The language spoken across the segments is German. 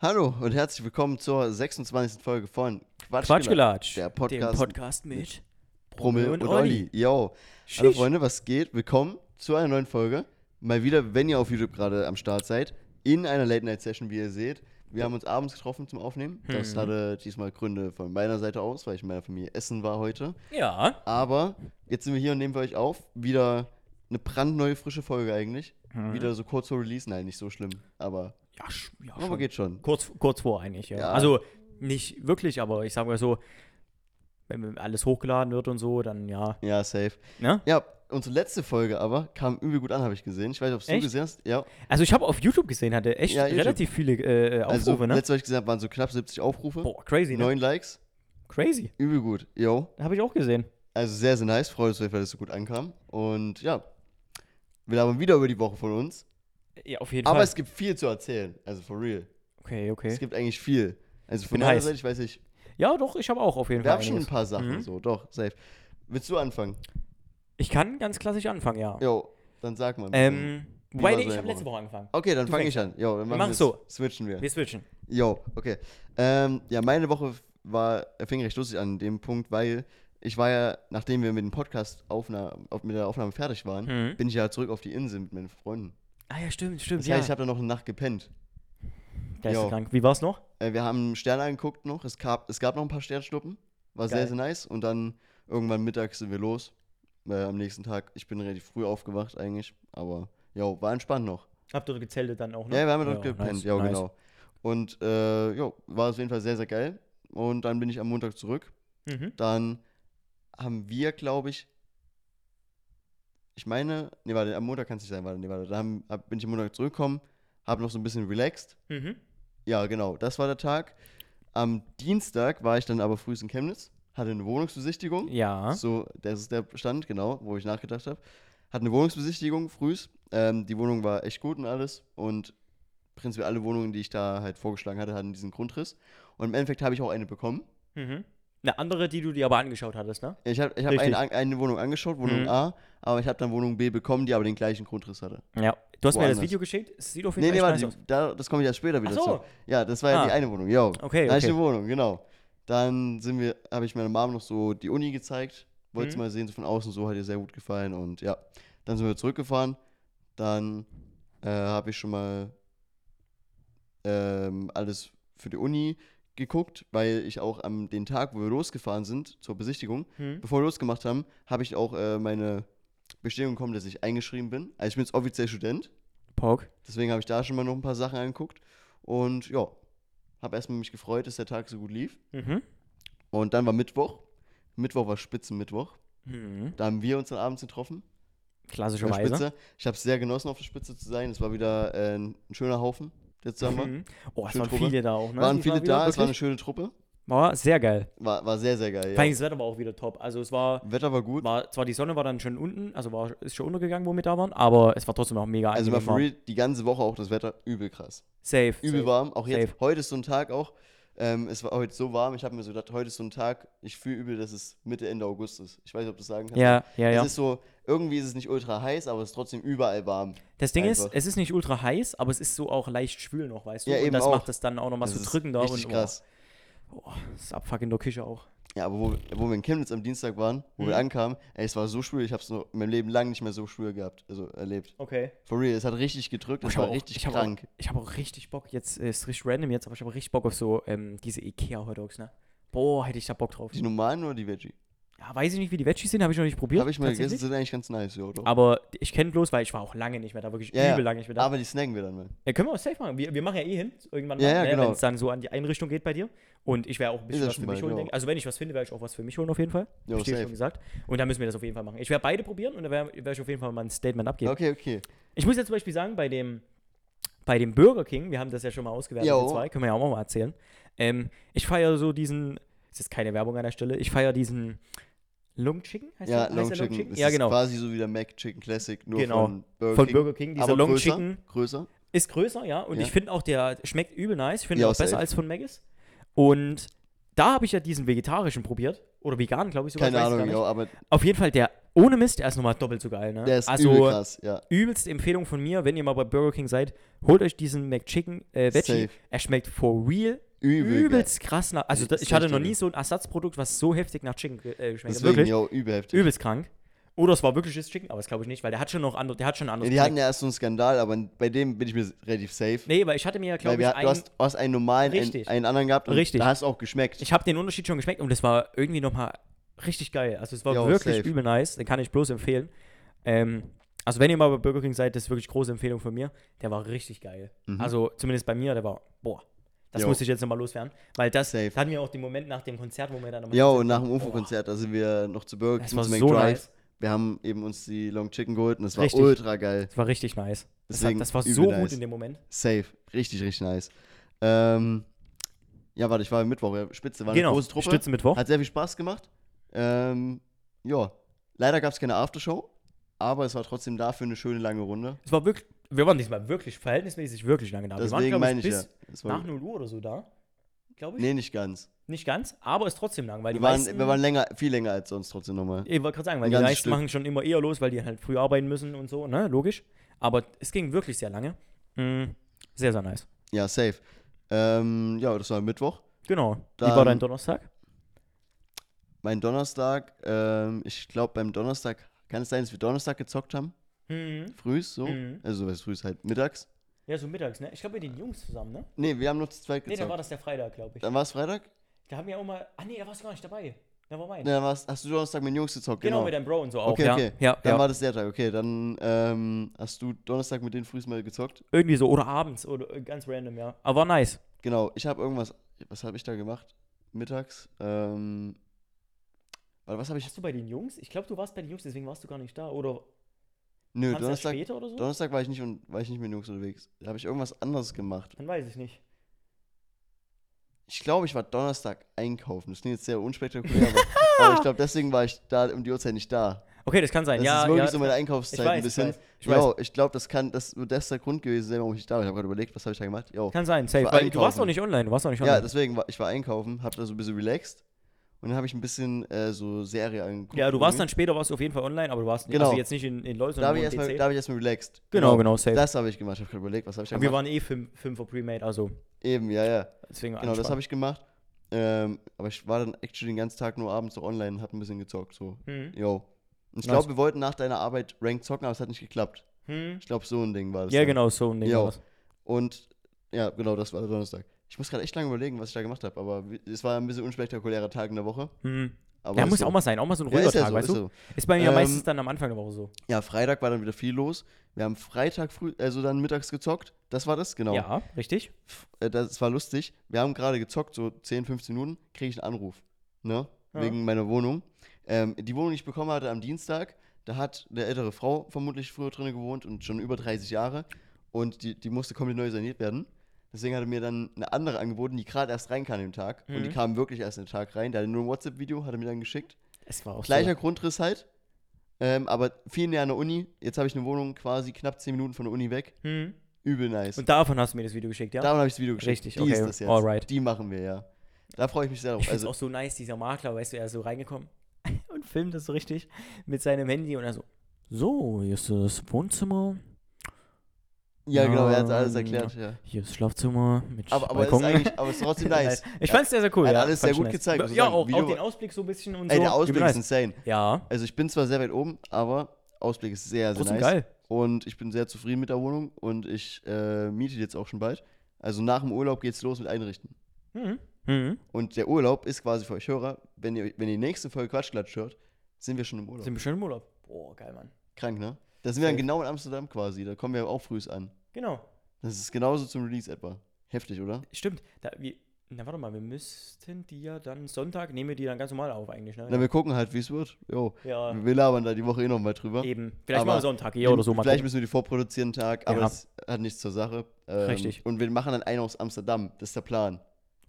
Hallo und herzlich willkommen zur 26. Folge von Quatsch, Quatschgelatsch. der Dem Podcast, Podcast mit. Brummel und, Olli. Yo, hallo Sheesh. Freunde, was geht? Willkommen zu einer neuen Folge. Mal wieder, wenn ihr auf YouTube gerade am Start seid, in einer Late-Night-Session, wie ihr seht. Wir haben uns abends getroffen zum Aufnehmen. Das Hm. hatte diesmal Gründe von meiner Seite aus, weil ich in meiner Familie essen war heute. Ja. Aber jetzt sind wir hier und nehmen wir euch auf. Wieder eine brandneue, frische Folge eigentlich. Wieder so kurz vor Release. Nein, nicht so schlimm, aber, Ja, sch- ja aber schon. geht schon. Kurz, kurz vor eigentlich, ja. Ja. Also nicht wirklich, aber ich sage mal so, wenn alles hochgeladen wird und so, dann ja. Ja, safe. Ne? Ja, unsere letzte Folge aber kam übel gut an, habe ich gesehen. Ich weiß nicht, ob es du Echt? gesehen hast. Ja, Also ich habe auf YouTube gesehen, hatte echt Ja, YouTube. relativ viele äh, äh, also Aufrufe, ne? letztes, was ich gesehen habe, waren so knapp 70 Aufrufe, Boah, crazy, ne? 9 Likes, Crazy. übel gut. Yo, Habe ich auch gesehen. also sehr, sehr nice. Freut uns, auf jeden Fall, dass es so gut ankam. Und ja, wir labern wieder über die Woche von uns. Ja, auf jeden Aber Fall. es gibt viel zu erzählen, also for real. okay, okay. Es gibt eigentlich viel. Also von bin meiner heiß. Seite, ich weiß nicht, Ja, doch, ich habe auch auf jeden wir Fall. haben schon ein einiges. paar Sachen, Mhm. so, doch, safe. Willst du anfangen? Ich kann ganz klassisch anfangen, ja. Jo, dann sag mal. ein bisschen. Ähm, wobei, war nee, so ich deine habe letzte Woche angefangen. Okay, dann du fange fängst ich an. Jo, dann machen machen wir es so. Switchen wir. Wir switchen. Jo, okay. Ähm, ja, meine Woche war, fing recht lustig an dem Punkt, weil ich war ja, nachdem wir mit dem Podcast aufna- auf, mit der Aufnahme fertig waren, Mhm. bin ich ja zurück auf die Insel mit meinen Freunden. Ah ja, stimmt, stimmt. Das ja. heißt, ich habe da noch eine Nacht gepennt. Geisteskrank. Wie war's noch? Äh, wir haben Sterne angeguckt noch, es gab, es gab noch ein paar Sternschnuppen, war sehr, Geil. sehr nice. Und dann irgendwann mittags sind wir los. Äh, am nächsten Tag, ich bin relativ früh aufgewacht eigentlich, aber jo, war entspannt noch. Habt ihr gezeltet dann auch ne? noch? Ja, wir haben dort Mhm. Ja, gepennt, nice, ja, nice. genau. Und äh, jo, war auf jeden Fall sehr, sehr geil. Und dann bin ich am Montag zurück. Mhm. Dann haben wir, glaube ich, ich meine, nee, warte, am Montag kann es nicht sein, warte, nee, warte, dann hab, bin ich am Montag zurückgekommen, habe noch so ein bisschen relaxed. Mhm. Ja, genau, das war der Tag. Am Dienstag war ich dann aber früh in Chemnitz, hatte eine Wohnungsbesichtigung. Ja. So, das ist der Stand, genau, wo ich nachgedacht habe. Hatte eine Wohnungsbesichtigung frühs. Ähm, die Wohnung war echt gut und alles. Und prinzipiell alle Wohnungen, die ich da halt vorgeschlagen hatte, hatten diesen Grundriss. Und im Endeffekt habe ich auch eine bekommen. Mhm. Eine andere, die du dir aber angeschaut hattest, ne? Ich habe ich hab Richtig. eine, an- eine Wohnung angeschaut, Wohnung Mhm. A, aber ich habe dann Wohnung B bekommen, die aber den gleichen Grundriss hatte. Ja. Du hast mir Woanders. das Video geschickt. Es sieht auf jeden Nee, nee, Fall echt warte, nice die- da, das komme ich ja später wieder Ach so. zu. Ja, das war ja Ah. die eine Wohnung, yo. Okay, Da hatte ich okay. eine Wohnung, genau. Dann sind wir, habe ich meiner Mom noch so die Uni gezeigt. Wollte sie Mhm. mal sehen, so von außen, so hat ihr sehr gut gefallen. Und ja, dann sind wir zurückgefahren. Dann äh, habe ich schon mal ähm, alles für die Uni geguckt, weil ich auch am den Tag, wo wir losgefahren sind zur Besichtigung, aus. Mhm. bevor wir losgemacht haben, habe ich auch äh, meine Bestätigung bekommen, dass ich eingeschrieben bin. Also ich bin jetzt offiziell Student. Pock. Deswegen habe ich da schon mal noch ein paar Sachen angeguckt. Und ja, habe erstmal mich gefreut, dass der Tag so gut lief. Mhm. Und dann war Mittwoch. Mittwoch war Spitzenmittwoch. Mhm. Da haben wir uns dann abends getroffen. auf der Klassischerweise. Spitze. Ich habe es sehr genossen, auf der Spitze zu sein. Es war wieder äh, ein schöner Haufen, der zusammen war. Mhm. Oh, es Schön waren Truppe. viele da auch, ne? Waren Die viele wieder da, es war eine wirklich- schöne Truppe. war sehr geil. War, war sehr, sehr geil. Vor allem Ja. das Wetter war auch wieder top. Also es war, Wetter war gut. war zwar die Sonne war dann schon unten, also war ist schon untergegangen, wo wir da waren, aber es war trotzdem auch mega Also mal angenehm. for warm. real, die ganze Woche auch das Wetter übel krass. safe. Übel safe. warm. Auch jetzt, Safe. heute ist so ein Tag auch. Ähm, es war heute so warm, ich habe mir so gedacht, heute ist so ein Tag, ich fühle übel, dass es Mitte, Ende August ist. Ich weiß nicht, ob du das sagen kannst. Ja, ja, ja. Also Es ist so, irgendwie ist es nicht ultra heiß, aber es ist trotzdem überall warm. Das Ding ist, einfach. es ist nicht ultra heiß, aber es ist so auch leicht schwül noch, weißt du? Ja, eben und das auch. macht das dann auch noch mal das so ist drückender richtig und krass. Oh, das ist Abfuck in der Küche auch. Ja, aber wo, wo wir in Chemnitz am Dienstag waren, wo wir Mhm. ankamen, ey, es war so schwül, ich habe es in meinem Leben lang nicht mehr so schwül gehabt, also erlebt. Okay. For real, es hat richtig gedrückt, Oh, Ich es habe war auch, richtig ich hab auch, krank. ich hab auch richtig Bock, jetzt äh, ist richtig random jetzt, aber ich habe richtig Bock auf so ähm, diese Ikea-Hotdogs, ne? Boah, hätte ich da Bock drauf. Die normalen oder die Veggie? Ja, weiß ich nicht, wie die Veggies sind, habe ich noch nicht probiert. Habe ich mal gegessen, tatsächlich. sind eigentlich ganz nice, ja, doch. Aber ich kenne bloß, weil ich war auch lange nicht mehr da, wirklich Ja, ja. übel lange nicht mehr da. Aber die snacken wir dann mal. ja, können wir auch safe machen. Wir, wir machen ja eh hin, irgendwann Ja, mal, ja, ne, genau. wenn es dann so an die Einrichtung geht bei dir. Und ich werde auch ein bisschen das was schon für mich bald, holen. ja. denke- Also wenn ich was finde, werde ich auch was für mich holen auf jeden Fall. Jo, Verstehe ich safe. schon gesagt. Und dann müssen wir das auf jeden Fall machen. Ich werde beide probieren und dann werde werd ich auf jeden Fall mal ein Statement abgeben. Okay, okay. Ich muss jetzt zum Beispiel sagen, bei dem, bei dem Burger King, wir haben das ja schon mal ausgewertet, Jo. wir zwei, können wir ja auch mal erzählen. Ähm, ich feiere so diesen, es ist keine Werbung an der Stelle, ich feiere diesen Long Chicken, heißt Ja, der- heißt Long der Chicken. es Ja, ist genau. quasi so wie der Mac Chicken Classic, nur Genau. von Burger Von King. Burger King, dieser aber Long größer, Chicken Größer. ist größer, ja, und Ja. ich finde auch, der schmeckt übel nice, ich finde Ja, auch besser safe. als von Maggis. Und da habe ich ja diesen vegetarischen probiert, oder vegan, glaube ich sogar. ich Keine weiß es gar Ahnung, nicht. ja, aber Auf jeden Fall der Ohne Mist, er ist nochmal doppelt so geil, ne? Der ist also, übel krass, ja. übelste Empfehlung von mir, wenn ihr mal bei Burger King seid, holt euch diesen McChicken äh, Veggie. Safe. Er schmeckt for real Übel. geil. übelst krass nach. Also, Ja, da, das ich hatte echt noch übel. nie so ein Ersatzprodukt, was so heftig nach Chicken ge- äh, geschmeckt hat. Deswegen, Wirklich. ja, übel heftig. Übelst krank. Oder es war wirkliches Chicken, aber das glaube ich nicht, weil der hat schon noch andere, der hat schon ein Ja, anderes. die hatten Projekt. ja erst so einen Skandal, aber bei dem bin ich mir relativ safe. nee, weil ich hatte mir, weil glaube ich, wir, du einen, hast, hast einen normalen, einen, Richtig. einen anderen gehabt und Richtig. da hast du auch geschmeckt. ich habe den Unterschied schon geschmeckt und das war irgendwie nochmal richtig geil. Also es war Ja, wirklich safe. übel nice, den kann ich bloß empfehlen. Ähm, also wenn ihr mal bei Burger King seid, das ist wirklich große Empfehlung von mir. Der war richtig geil. Mhm. Also zumindest bei mir, der war, boah, das Jo. musste ich jetzt nochmal loswerden. Weil das, Safe. da hatten wir auch den Moment nach dem Konzert, wo wir dann nochmal... ja, und nach dem UFO-Konzert, da sind wir noch zu Burger Das King, war zu so nice. Wir haben eben uns die Long Chicken geholt und es war Richtig. ultra geil. Das war richtig nice. Das, hat, Deswegen das war übel so gut nice. in dem Moment. Safe. Richtig, richtig nice. Ähm, ja, warte, ich war am Mittwoch. ja, Spitze war genau, eine große Truppe. Stützenmittwoch. Hat sehr viel Spaß gemacht. Ähm, ja, leider gab es keine Aftershow, aber es war trotzdem dafür eine schöne lange Runde. Es war wirklich, wir waren diesmal wirklich verhältnismäßig wirklich lange da. wir Deswegen waren, meine glaube ich ich, ja. bis Es nach war, 0 Uhr oder so da. Glaube ich. nee, nicht ganz. Nicht ganz, aber ist trotzdem lang, weil die Wir waren, meisten. wir waren länger, viel länger als sonst trotzdem nochmal. ich wollte gerade sagen, weil ein die ganzes meisten Stück. machen schon immer eher los, weil die halt früh arbeiten müssen und so, ne? Logisch. Aber es ging wirklich sehr lange. Mm, sehr, sehr nice. Ja, safe. Ähm, ja, das war Mittwoch. Genau. Wie war Dann- dein Donnerstag? Mein Donnerstag, ähm, ich glaube beim Donnerstag, kann es sein, dass wir Donnerstag gezockt haben? Mhm. Frühs so? Mhm. Also was frühs halt mittags. Ja, so mittags, ne? Ich glaube mit den Jungs zusammen, ne? Nee, wir haben nur zu zweit Ne, gezockt. da war das der Freitag, glaube ich. dann war es Freitag? Da haben wir auch mal. Ah, nee, da warst du gar nicht dabei. Da war mein. Ne, dann war's, hast du Donnerstag mit den Jungs gezockt, genau. genau. mit deinem Bro und so auch. okay, ja. okay. Ja, dann ja. war das der Tag, okay. Dann ähm, hast du Donnerstag mit denen frühs mal gezockt. Irgendwie so. Oder abends oder äh, ganz random, ja. Aber war nice. Genau, ich habe irgendwas, was habe ich da gemacht? Mittags, ähm, warte, was habe ich, Warst du bei den Jungs? Ich glaube, du warst bei den Jungs, deswegen warst du gar nicht da. Oder nö, kannst du erst Donnerstag, später oder so? Donnerstag war ich nicht, und, war ich nicht mit den Jungs unterwegs. Da habe ich irgendwas anderes gemacht. Dann weiß ich nicht. Ich glaube, ich war Donnerstag einkaufen. Das klingt jetzt sehr unspektakulär, aber, aber ich glaube, deswegen war ich da um die Uhrzeit nicht da. Okay, das kann sein. Das ja, ist wirklich ja, so meine ich Einkaufszeit weiß, ein bisschen. Ich weiß, ich Jo, weiß. ich glaube, das kann, das wird das der Grund gewesen sein, warum ich nicht da war. Ich habe gerade überlegt, was habe ich da gemacht? Jo. Kann sein, safe. war Weil du warst einkaufen. auch nicht online, du warst auch nicht Ja, online. deswegen war ich war einkaufen, habe da so ein bisschen relaxed und dann habe ich ein bisschen äh, so Serie angeguckt. Ja, du warst dann irgendwie. später, warst du auf jeden Fall online, aber du warst Mhm. Genau. also jetzt nicht in, in LoL, Da sondern habe nur ich in erstmal, PC. da hab ich erstmal relaxed. genau, genau, safe. Das habe ich gemacht. Ich habe gerade überlegt, was habe ich da aber wir gemacht? waren eh 5er Premade, also Eben, ja, ja. deswegen Genau, das habe ich gemacht. Ähm, aber ich war dann actually den ganzen Tag nur abends noch online und habe ein bisschen gezockt. So. Hm. Jo. Und ich Nice. glaube, wir wollten nach deiner Arbeit Rank zocken, aber es hat nicht geklappt. Hm. Ich glaube, so ein Ding war das. Ja, dann. genau, so ein Ding Jo. war das. Und ja, genau, das war der Donnerstag. Ich muss gerade echt lange überlegen, was ich da gemacht habe, aber wie- es war ein bisschen unspektakulärer Tag in der Woche. Hm. Aber Ja, ist muss so. auch mal sein, auch mal so ein Ja, ruhiger ist ja Tag, so, weißt ist du? so. Ist bei mir Ähm, meistens dann am Anfang der Woche so. Ja, Freitag war dann wieder viel los. Wir haben Freitag früh, also dann mittags gezockt. Das war das, genau. Ja, richtig. F- äh, Das war lustig. Wir haben gerade gezockt, so 10, 15 Minuten, kriege ich einen Anruf. Ne? Ja. Wegen meiner Wohnung. Ähm, die Wohnung, die ich bekommen hatte am Dienstag, da hat eine ältere Frau vermutlich früher drin gewohnt und schon über 30 Jahre. Und die, die musste komplett neu saniert werden. Deswegen hatte mir dann eine andere angeboten, die gerade erst reinkam an dem Tag. Und die Mhm. kam wirklich erst an den Tag rein. Da hatte nur ein WhatsApp-Video, hatte mir dann geschickt. Es war auch Gleicher so. Grundriss halt. Ähm, aber viel näher an der Uni. Jetzt habe ich eine Wohnung quasi knapp 10 Minuten von der Uni weg. Hm. Übel nice. Und davon hast du mir das Video geschickt, ja? Davon habe ich das Video geschickt. Richtig, die okay, ist das jetzt. alright. Die machen wir, ja. Da freue ich mich sehr Ich drauf. finde es Also, auch so nice, dieser Makler, weißt du, er ist so reingekommen und filmt das so richtig mit seinem Handy und er so, so, hier ist das Wohnzimmer, ja, genau, er hat Ja, alles ähm, erklärt. Ja. hier ist das Schlafzimmer mit Aber, aber, es ist Balkon. eigentlich, aber es ist trotzdem nice. Ich fand's sehr, sehr cool. Hat ja. alles Fand sehr schon gut gezeigt, muss ich Ja, sagen. auch, Video auch den war- Ausblick so ein bisschen und Ey, so. der Ausblick ist Übel nice. insane. Ja, Also, ich bin zwar sehr weit oben, aber Ausblick ist sehr, sehr trotzdem Also nice. geil. Und ich bin sehr zufrieden mit der Wohnung und ich äh, miete die jetzt auch schon bald. Also, nach dem Urlaub geht's los mit Einrichten. Mhm. Mhm. Und der Urlaub ist quasi für euch Hörer. Wenn ihr, wenn ihr die nächste Folge Quatschklatsch hört, sind wir schon im Urlaub. Sind wir schön im Urlaub. Boah, geil, Mann. Krank, ne? Da sind wir dann Safe. genau in Amsterdam quasi. Da kommen wir auch früh an. Genau, Das ist genauso zum Release etwa. Heftig, oder? stimmt. Da, wir, na, warte mal, wir müssten die ja dann Sonntag, nehmen wir die dann ganz normal auf eigentlich, ne? Na, wir gucken halt, wie es wird. Jo. ja, Wir labern da die Woche eh nochmal drüber. eben. Vielleicht aber mal Sonntag, ja oder so. Mal Vielleicht gucken. müssen wir die vorproduzieren Tag, aber Ja. das hat nichts zur Sache. Ähm, Richtig. Und wir machen dann einen aus Amsterdam. Das ist der Plan.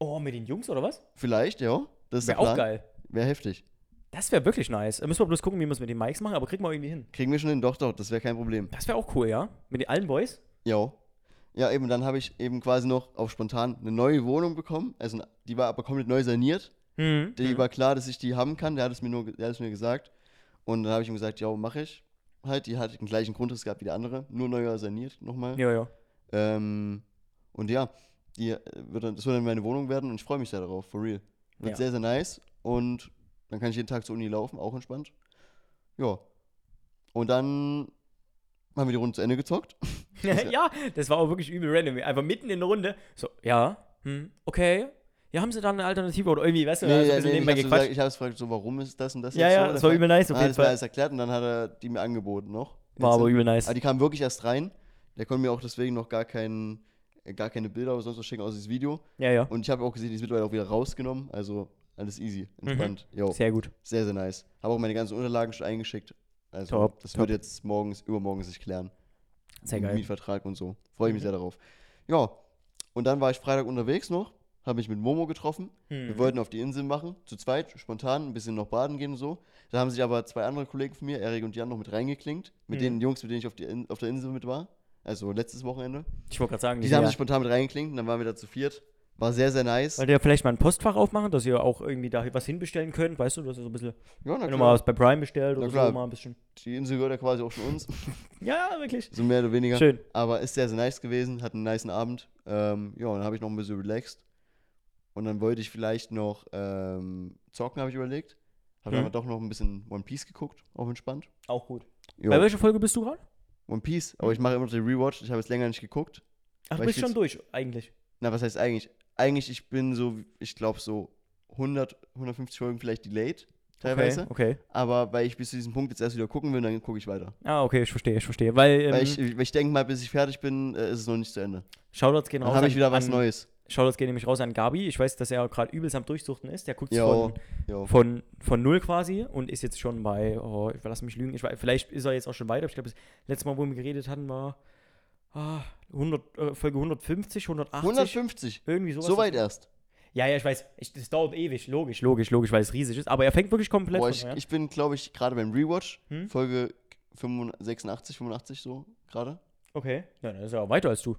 oh, mit den Jungs oder was? Vielleicht, ja. Das ist Wäre der Plan. auch geil. Wäre heftig. Das wäre wirklich nice. Da Müssen wir bloß gucken, wie wir es mit den Mikes machen, aber kriegen wir irgendwie hin. Kriegen wir schon hin? Doch, doch, das wäre kein Problem. Das wäre auch cool, ja? Mit den allen Boys? Ja. Ja, eben, dann habe ich eben quasi noch auf spontan eine neue Wohnung bekommen. Also die war aber komplett neu saniert. Mhm. Die war klar, dass ich die haben kann. Der hat es mir nur ge- der hat es mir gesagt. Und dann habe ich ihm gesagt, ja, mache ich. Halt, die hat den gleichen Grundriss gehabt wie der andere, nur neuer saniert nochmal. Ja, ja. Ähm, und ja, die äh, wird dann, das wird dann meine Wohnung werden und ich freue mich sehr darauf, for real. Wird Ja. sehr, sehr nice und dann kann ich jeden Tag zur Uni laufen, auch entspannt. Ja. Und dann haben wir die Runde zu Ende gezockt. ja, das war auch wirklich übel random. Einfach mitten in der Runde. So, ja, hm, okay. Ja, haben sie da eine Alternative oder irgendwie, weißt du, so ein bisschen ich nebenbei habe gequatscht. gesagt, ich hab's gefragt, so, warum ist das und das ja, jetzt ja, so? das war übel nice auf ah, jeden das war Fall. alles erklärt und dann hat er die mir angeboten noch. War aber Instant. übel nice. Aber die kamen wirklich erst rein. Der konnte mir auch deswegen noch gar, keinen, äh, gar keine Bilder oder sonst was schicken aus diesem Video. Ja, ja, Und ich habe auch gesehen, Ah, die ist mittlerweile auch wieder rausgenommen. Also alles easy, Mhm. entspannt. Jo, sehr gut. sehr, sehr nice. Habe auch meine ganzen Unterlagen schon eingeschickt. Also Top, das top. wird jetzt morgens, übermorgen sich klären. Sehr Mit geil. Mhm. Mietvertrag und so. Freue ich mich sehr darauf. Ja, und dann war ich Freitag unterwegs noch. Habe mich mit Momo getroffen. Hm. Wir wollten auf die Insel machen, zu zweit, spontan, ein bisschen noch baden gehen und so. Da haben sich aber zwei andere Kollegen von mir, Erik und Jan, noch mit reingeklinkt. Mit Mhm. den Jungs, mit denen ich auf, die In auf der Insel mit war. Also letztes Wochenende. Ich wollte gerade sagen, Die die haben ja. sich spontan mit reingeklinkt und dann waren wir da zu viert. War sehr, sehr nice. Wollt ihr vielleicht mal ein Postfach aufmachen, dass ihr auch irgendwie da was hinbestellen könnt, weißt du, dass ihr so ein bisschen, Ja, na wenn ihr mal klar. was bei Prime bestellt Na oder klar. so, mal ein bisschen. Die Insel gehört ja quasi auch schon uns. Ja, ja, wirklich. so mehr oder weniger. Schön. Aber ist sehr, sehr nice gewesen, hat einen nicen Abend. Ähm, ja, und dann habe ich noch ein bisschen relaxed. Und dann wollte ich vielleicht noch ähm, zocken, habe ich überlegt. Habe dann Mhm. aber doch noch ein bisschen One Piece geguckt, auch entspannt. Auch gut. Jo. Bei welcher Folge bist du gerade? One Piece, aber ich mache immer noch die Rewatch, ich habe jetzt länger nicht geguckt. Ach, du Weil ich bist schon jetzt- durch, eigentlich. Na, was heißt eigentlich? Eigentlich, ich bin so, ich glaube so 100, 150 Folgen vielleicht delayed, teilweise. Okay, okay. Aber weil ich bis zu diesem Punkt jetzt erst wieder gucken will, dann gucke ich weiter. Ah, okay, ich verstehe, ich verstehe. Weil, ähm, weil ich, weil ich denke mal, bis ich fertig bin, äh, ist es noch nicht zu Ende. Shoutouts gehen Dann raus. habe an- ich wieder was an, Neues. Shoutouts gehen nämlich raus an Gabi. Ich weiß, dass er gerade übelst am Durchsuchten ist. Der guckt Jo, von, jo. von, von null quasi und ist jetzt schon bei, oh, ich lass mich lügen, ich, weiß- vielleicht ist er jetzt auch schon weiter. Ich glaube, das letzte Mal, wo wir geredet hatten, war ah, 100, äh, Folge 150, 180. 150. irgendwie sowas. So weit erst. Ja, ja, ich weiß. Ich, das dauert ewig. Logisch, logisch, logisch, weil es riesig ist. Aber er fängt wirklich komplett Boah, von, ich, ja. ich bin, glaube ich, gerade beim Rewatch, Hm? Folge 85, 86, 85 so gerade. Okay. Ja, dann ist er auch weiter als du.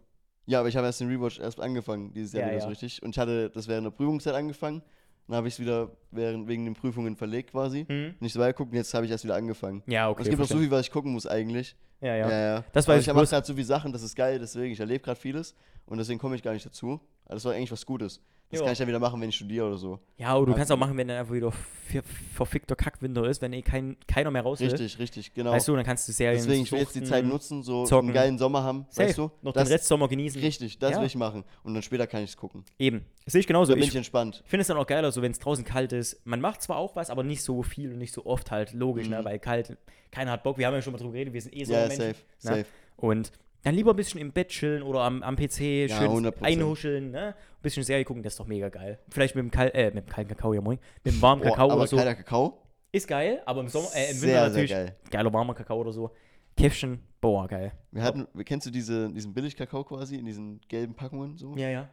Ja, aber ich habe erst den Rewatch erst angefangen, dieses Jahr Ja, wieder ja. so richtig. Und ich hatte das während der Prüfungszeit angefangen. Dann habe ich es wieder während, wegen den Prüfungen verlegt quasi. Hm? Nicht so weit gucken, jetzt habe ich erst wieder angefangen. Ja, okay. es gibt noch so verstehe. viel, was ich gucken muss eigentlich. ja, ja. Das Das weiß weiß ich ich mache bloß- gerade so viele Sachen, das ist geil, deswegen, ich erlebe gerade vieles und deswegen komme ich gar nicht dazu. Aber das war eigentlich was Gutes. Das Jo. kann ich dann wieder machen, wenn ich studiere oder so. Ja, oder du kannst auch Absolut. machen, wenn dann einfach wieder ver- verfickter Kackwinter ist, wenn eh kein, keiner mehr raus will. Richtig, richtig, genau. Weißt du, dann kannst du Serien deswegen, ich will jetzt die suchten, Zeit nutzen, so zocken. einen geilen Sommer haben, Safe. weißt du? Noch das, den Rest Sommer genießen. Richtig, das Ja. will ich machen. Und dann später kann ich es gucken. Eben. Das sehe ich genauso. Da bin Ich, ich entspannt. finde es dann auch geiler, so wenn es draußen kalt ist. Man macht zwar auch was, aber nicht so viel und nicht so oft halt. Logisch, ne? Weil kalt, keiner hat Bock. Wir haben ja schon mal drüber geredet, wir sind eh so Mhm. Ja, Menschen. safe, safe. Und dann lieber ein bisschen im Bett chillen oder am, am PC schön 100%. einhuscheln, ne? Ein bisschen Serie gucken, das ist doch mega geil. Vielleicht mit dem, Kal äh, mit dem kalten Kakao, ja moin. Mit dem warmen Boah, Kakao aber oder so. kalter Kakao? Ist geil, aber im Sommer, äh, im Winter Sehr, sehr natürlich geil. geiler warmer Kakao oder so. Käffchen, boah, geil. Wir hatten, kennst du diese, diesen Billig-Kakao quasi, in diesen gelben Packungen so? Ja, ja.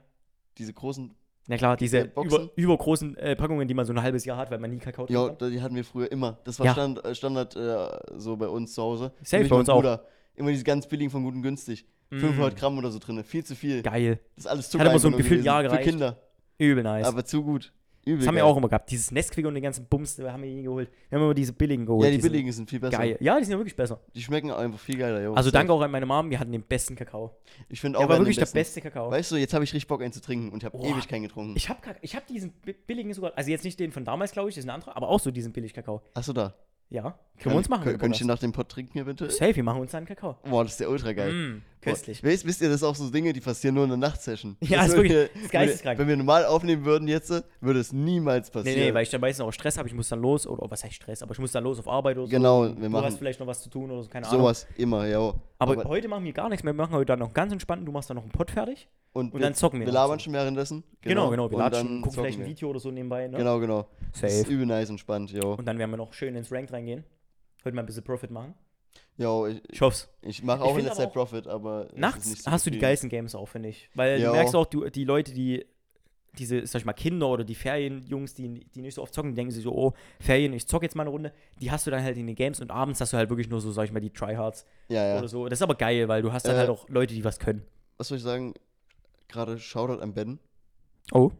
Diese großen, Na klar, diese Ja, Boxen. über, übergroßen äh, Packungen, die man so ein halbes Jahr hat, weil man nie Kakao ja, trinkt. die hatten wir früher immer. Das war Ja. Stand, äh, Standard äh, so bei uns zu Hause. Safe, Mich bei und uns mein auch. Mm. Bruder. Immer diese ganz billigen von gut und günstig. 500 Gramm oder so drin, viel zu viel. Geil. Das ist alles Hat Zucker. immer so ein einfach nur Gefühl, gewesen. ja, Für gereicht. Kinder, Übel nice. aber zu gut. Übel das haben wir geil. auch immer gehabt. Dieses Nesquik und den ganzen Bums, da haben wir nie geholt. Wir haben immer diese billigen geholt. Ja, die sind billigen sind viel besser. Geil. Ja, die sind ja wirklich besser. Die schmecken auch einfach viel geiler. Jo. Also Safe. danke auch an meine Mom, wir hatten den besten Kakao. Ich finde auch, Der war einen wirklich der der beste Kakao. Weißt du, jetzt habe ich richtig Bock, einen zu trinken und ich habe Boah. ewig keinen getrunken. Ich habe ich hab diesen bi- billigen sogar, also jetzt nicht den von damals, glaube ich, das ist ein anderer, aber auch so diesen Billig-Kakao. Achso, da. Ja, können Kann wir uns ich- machen. Kann, wir kann ich den können nach dem Pott trinken hier bitte? das. Safe, wir machen uns dann Kakao. Boah, das ist ja ultra geil. Mm, Boah, köstlich. Wisst, wisst ihr, das sind auch so Dinge, die passieren nur in der Nachtsession. Ja, Das ist würde- wirklich- das ist wenn wir- geisteskrank. Wenn wir normal aufnehmen würden jetzt, würde es niemals Nee, passieren. nee, weil ich dann meistens auch Stress habe, ich muss dann los, oder oh, was heißt Stress, aber ich muss dann los auf Arbeit oder Genau, so. wir Du hast machen- vielleicht noch was zu tun oder so, keine Ahnung. Sowas immer, ja. Aber, heute machen wir gar nichts mehr, wir machen heute dann noch ganz entspannt, du machst dann noch einen Pott fertig. und, und dann zocken wir Wir noch labern so. schon währenddessen. Genau, genau, wir und latschen, dann gucken zocken vielleicht ein wir. Video oder so nebenbei, ne? Genau, genau. Das ist Safe. übel nice entspannt, jo. Und dann werden wir noch schön ins Ranked reingehen. Heute mal ein bisschen Profit machen. Jo, ich, Ich hoff's. ich mache auch in find der aber Zeit auch, Profit, aber. es ist nicht Nachts so hast du die viel. geilsten Games auch, finde ich. Weil Ja. du merkst auch, du, die Leute, die diese, sag ich mal, Kinder oder die Ferienjungs, die, die nicht so oft zocken, die denken sich so, oh, Ferien, ich zocke jetzt mal eine Runde. Die hast du dann halt in den Games und abends hast du halt wirklich nur so, sag ich mal, die Tryhards Ja, ja. oder so. Das ist aber geil, weil du hast dann Äh. halt auch Leute, die was können. was soll ich sagen, gerade Shoutout an Ben, Oh.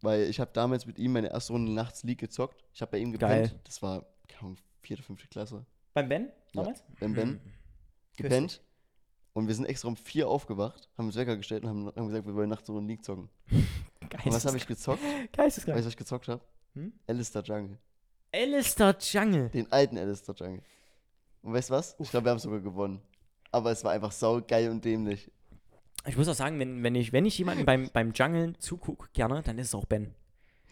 weil ich habe damals mit ihm meine erste Runde nachts League gezockt. Ich habe bei ihm Geil. gepennt. Das war keine Ahnung, vierte, fünfte Klasse. Beim Ben Ja. damals? Beim Ben Hm. gepennt. Und wir sind extra um vier aufgewacht, haben uns Wecker gestellt und haben, haben gesagt, wir wollen nachts so einen League zocken. Und was habe ich gezockt? Weißt Geisteskrank. du, was ich gezockt habe? Hm? Alistair Jungle. Alistair Jungle. Den alten Alistair Jungle. Und weißt du was? Ich glaube, wir haben sogar gewonnen. Aber es war einfach saugeil und dämlich. Ich muss auch sagen, wenn, wenn, ich, wenn ich jemanden beim, beim Jungeln zugucke, gerne, dann ist es auch Ben.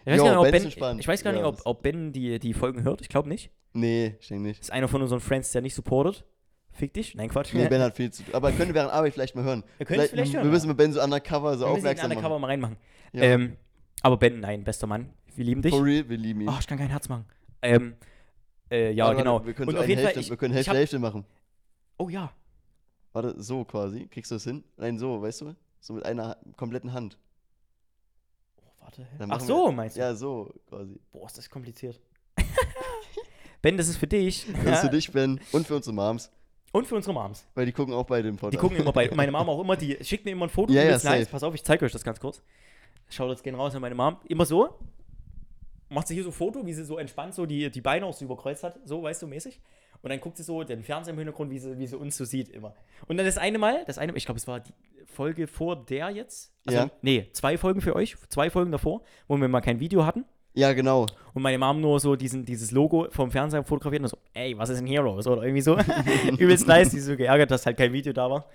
Ich weiß Jo, gar nicht, ob Ben ist ben, entspannt. ich weiß gar Ja, nicht, ob, das- ob Ben die, die Folgen hört. Ich glaube nicht. Nee, ich denke nicht. Ist einer von unseren Friends, der nicht supportet. Fick dich. Nein, Quatsch. Nee, Ben hat viel zu tun. Aber können wir während Arbeit vielleicht mal hören. Wir können's vielleicht wir hören, müssen mit Ben so undercover, so Wir müssen ihn aufmerksam undercover machen. mal reinmachen. Ja. Ähm, aber Ben, nein, bester Mann. Wir lieben dich. For real, wir lieben ihn. Oh, ich kann kein Herz machen. Ähm, äh, ja, Ah, Warte, warte, genau. Wir können, Und so auf eine jeden Fall, Hälfte, ich- wir können ich Hälfte, hab- Hälfte machen. Oh ja. Warte, so quasi. Kriegst du das hin? Nein, so, weißt du? So mit einer kompletten Hand. Oh, warte. hä? Dann Ach machen so, wir- meinst du? Ja, so quasi. Boah, ist das kompliziert. ben, das ist für dich. Das ist für dich, Ben, und für unsere Moms. Und für unsere Moms. Weil die gucken auch bei dem Podcast. Die gucken immer bei, meine Mama auch immer, die schickt mir immer ein Foto. Ja, und ja, jetzt live. safe. Pass auf, ich zeige euch das ganz kurz. Schaut jetzt gehen raus an meine Mom. Immer so. Macht sie hier so ein Foto, wie sie so entspannt so die, die Beine auch so überkreuzt hat, so, weißt du, mäßig. Und dann guckt sie so den Fernseher im Hintergrund, wie sie, wie sie uns so sieht immer. Und dann das eine Mal, das eine Mal, ich glaube, es war die Folge vor der jetzt. Also, Ja. Nee, zwei Folgen für euch, zwei Folgen davor, wo wir mal kein Video hatten. Ja, genau. Und meine Mom nur so diesen, dieses Logo vom Fernseher fotografiert und so, ey, was ist denn Heroes? Oder irgendwie so. Übelst nice, die ist so geärgert, dass halt kein Video da war.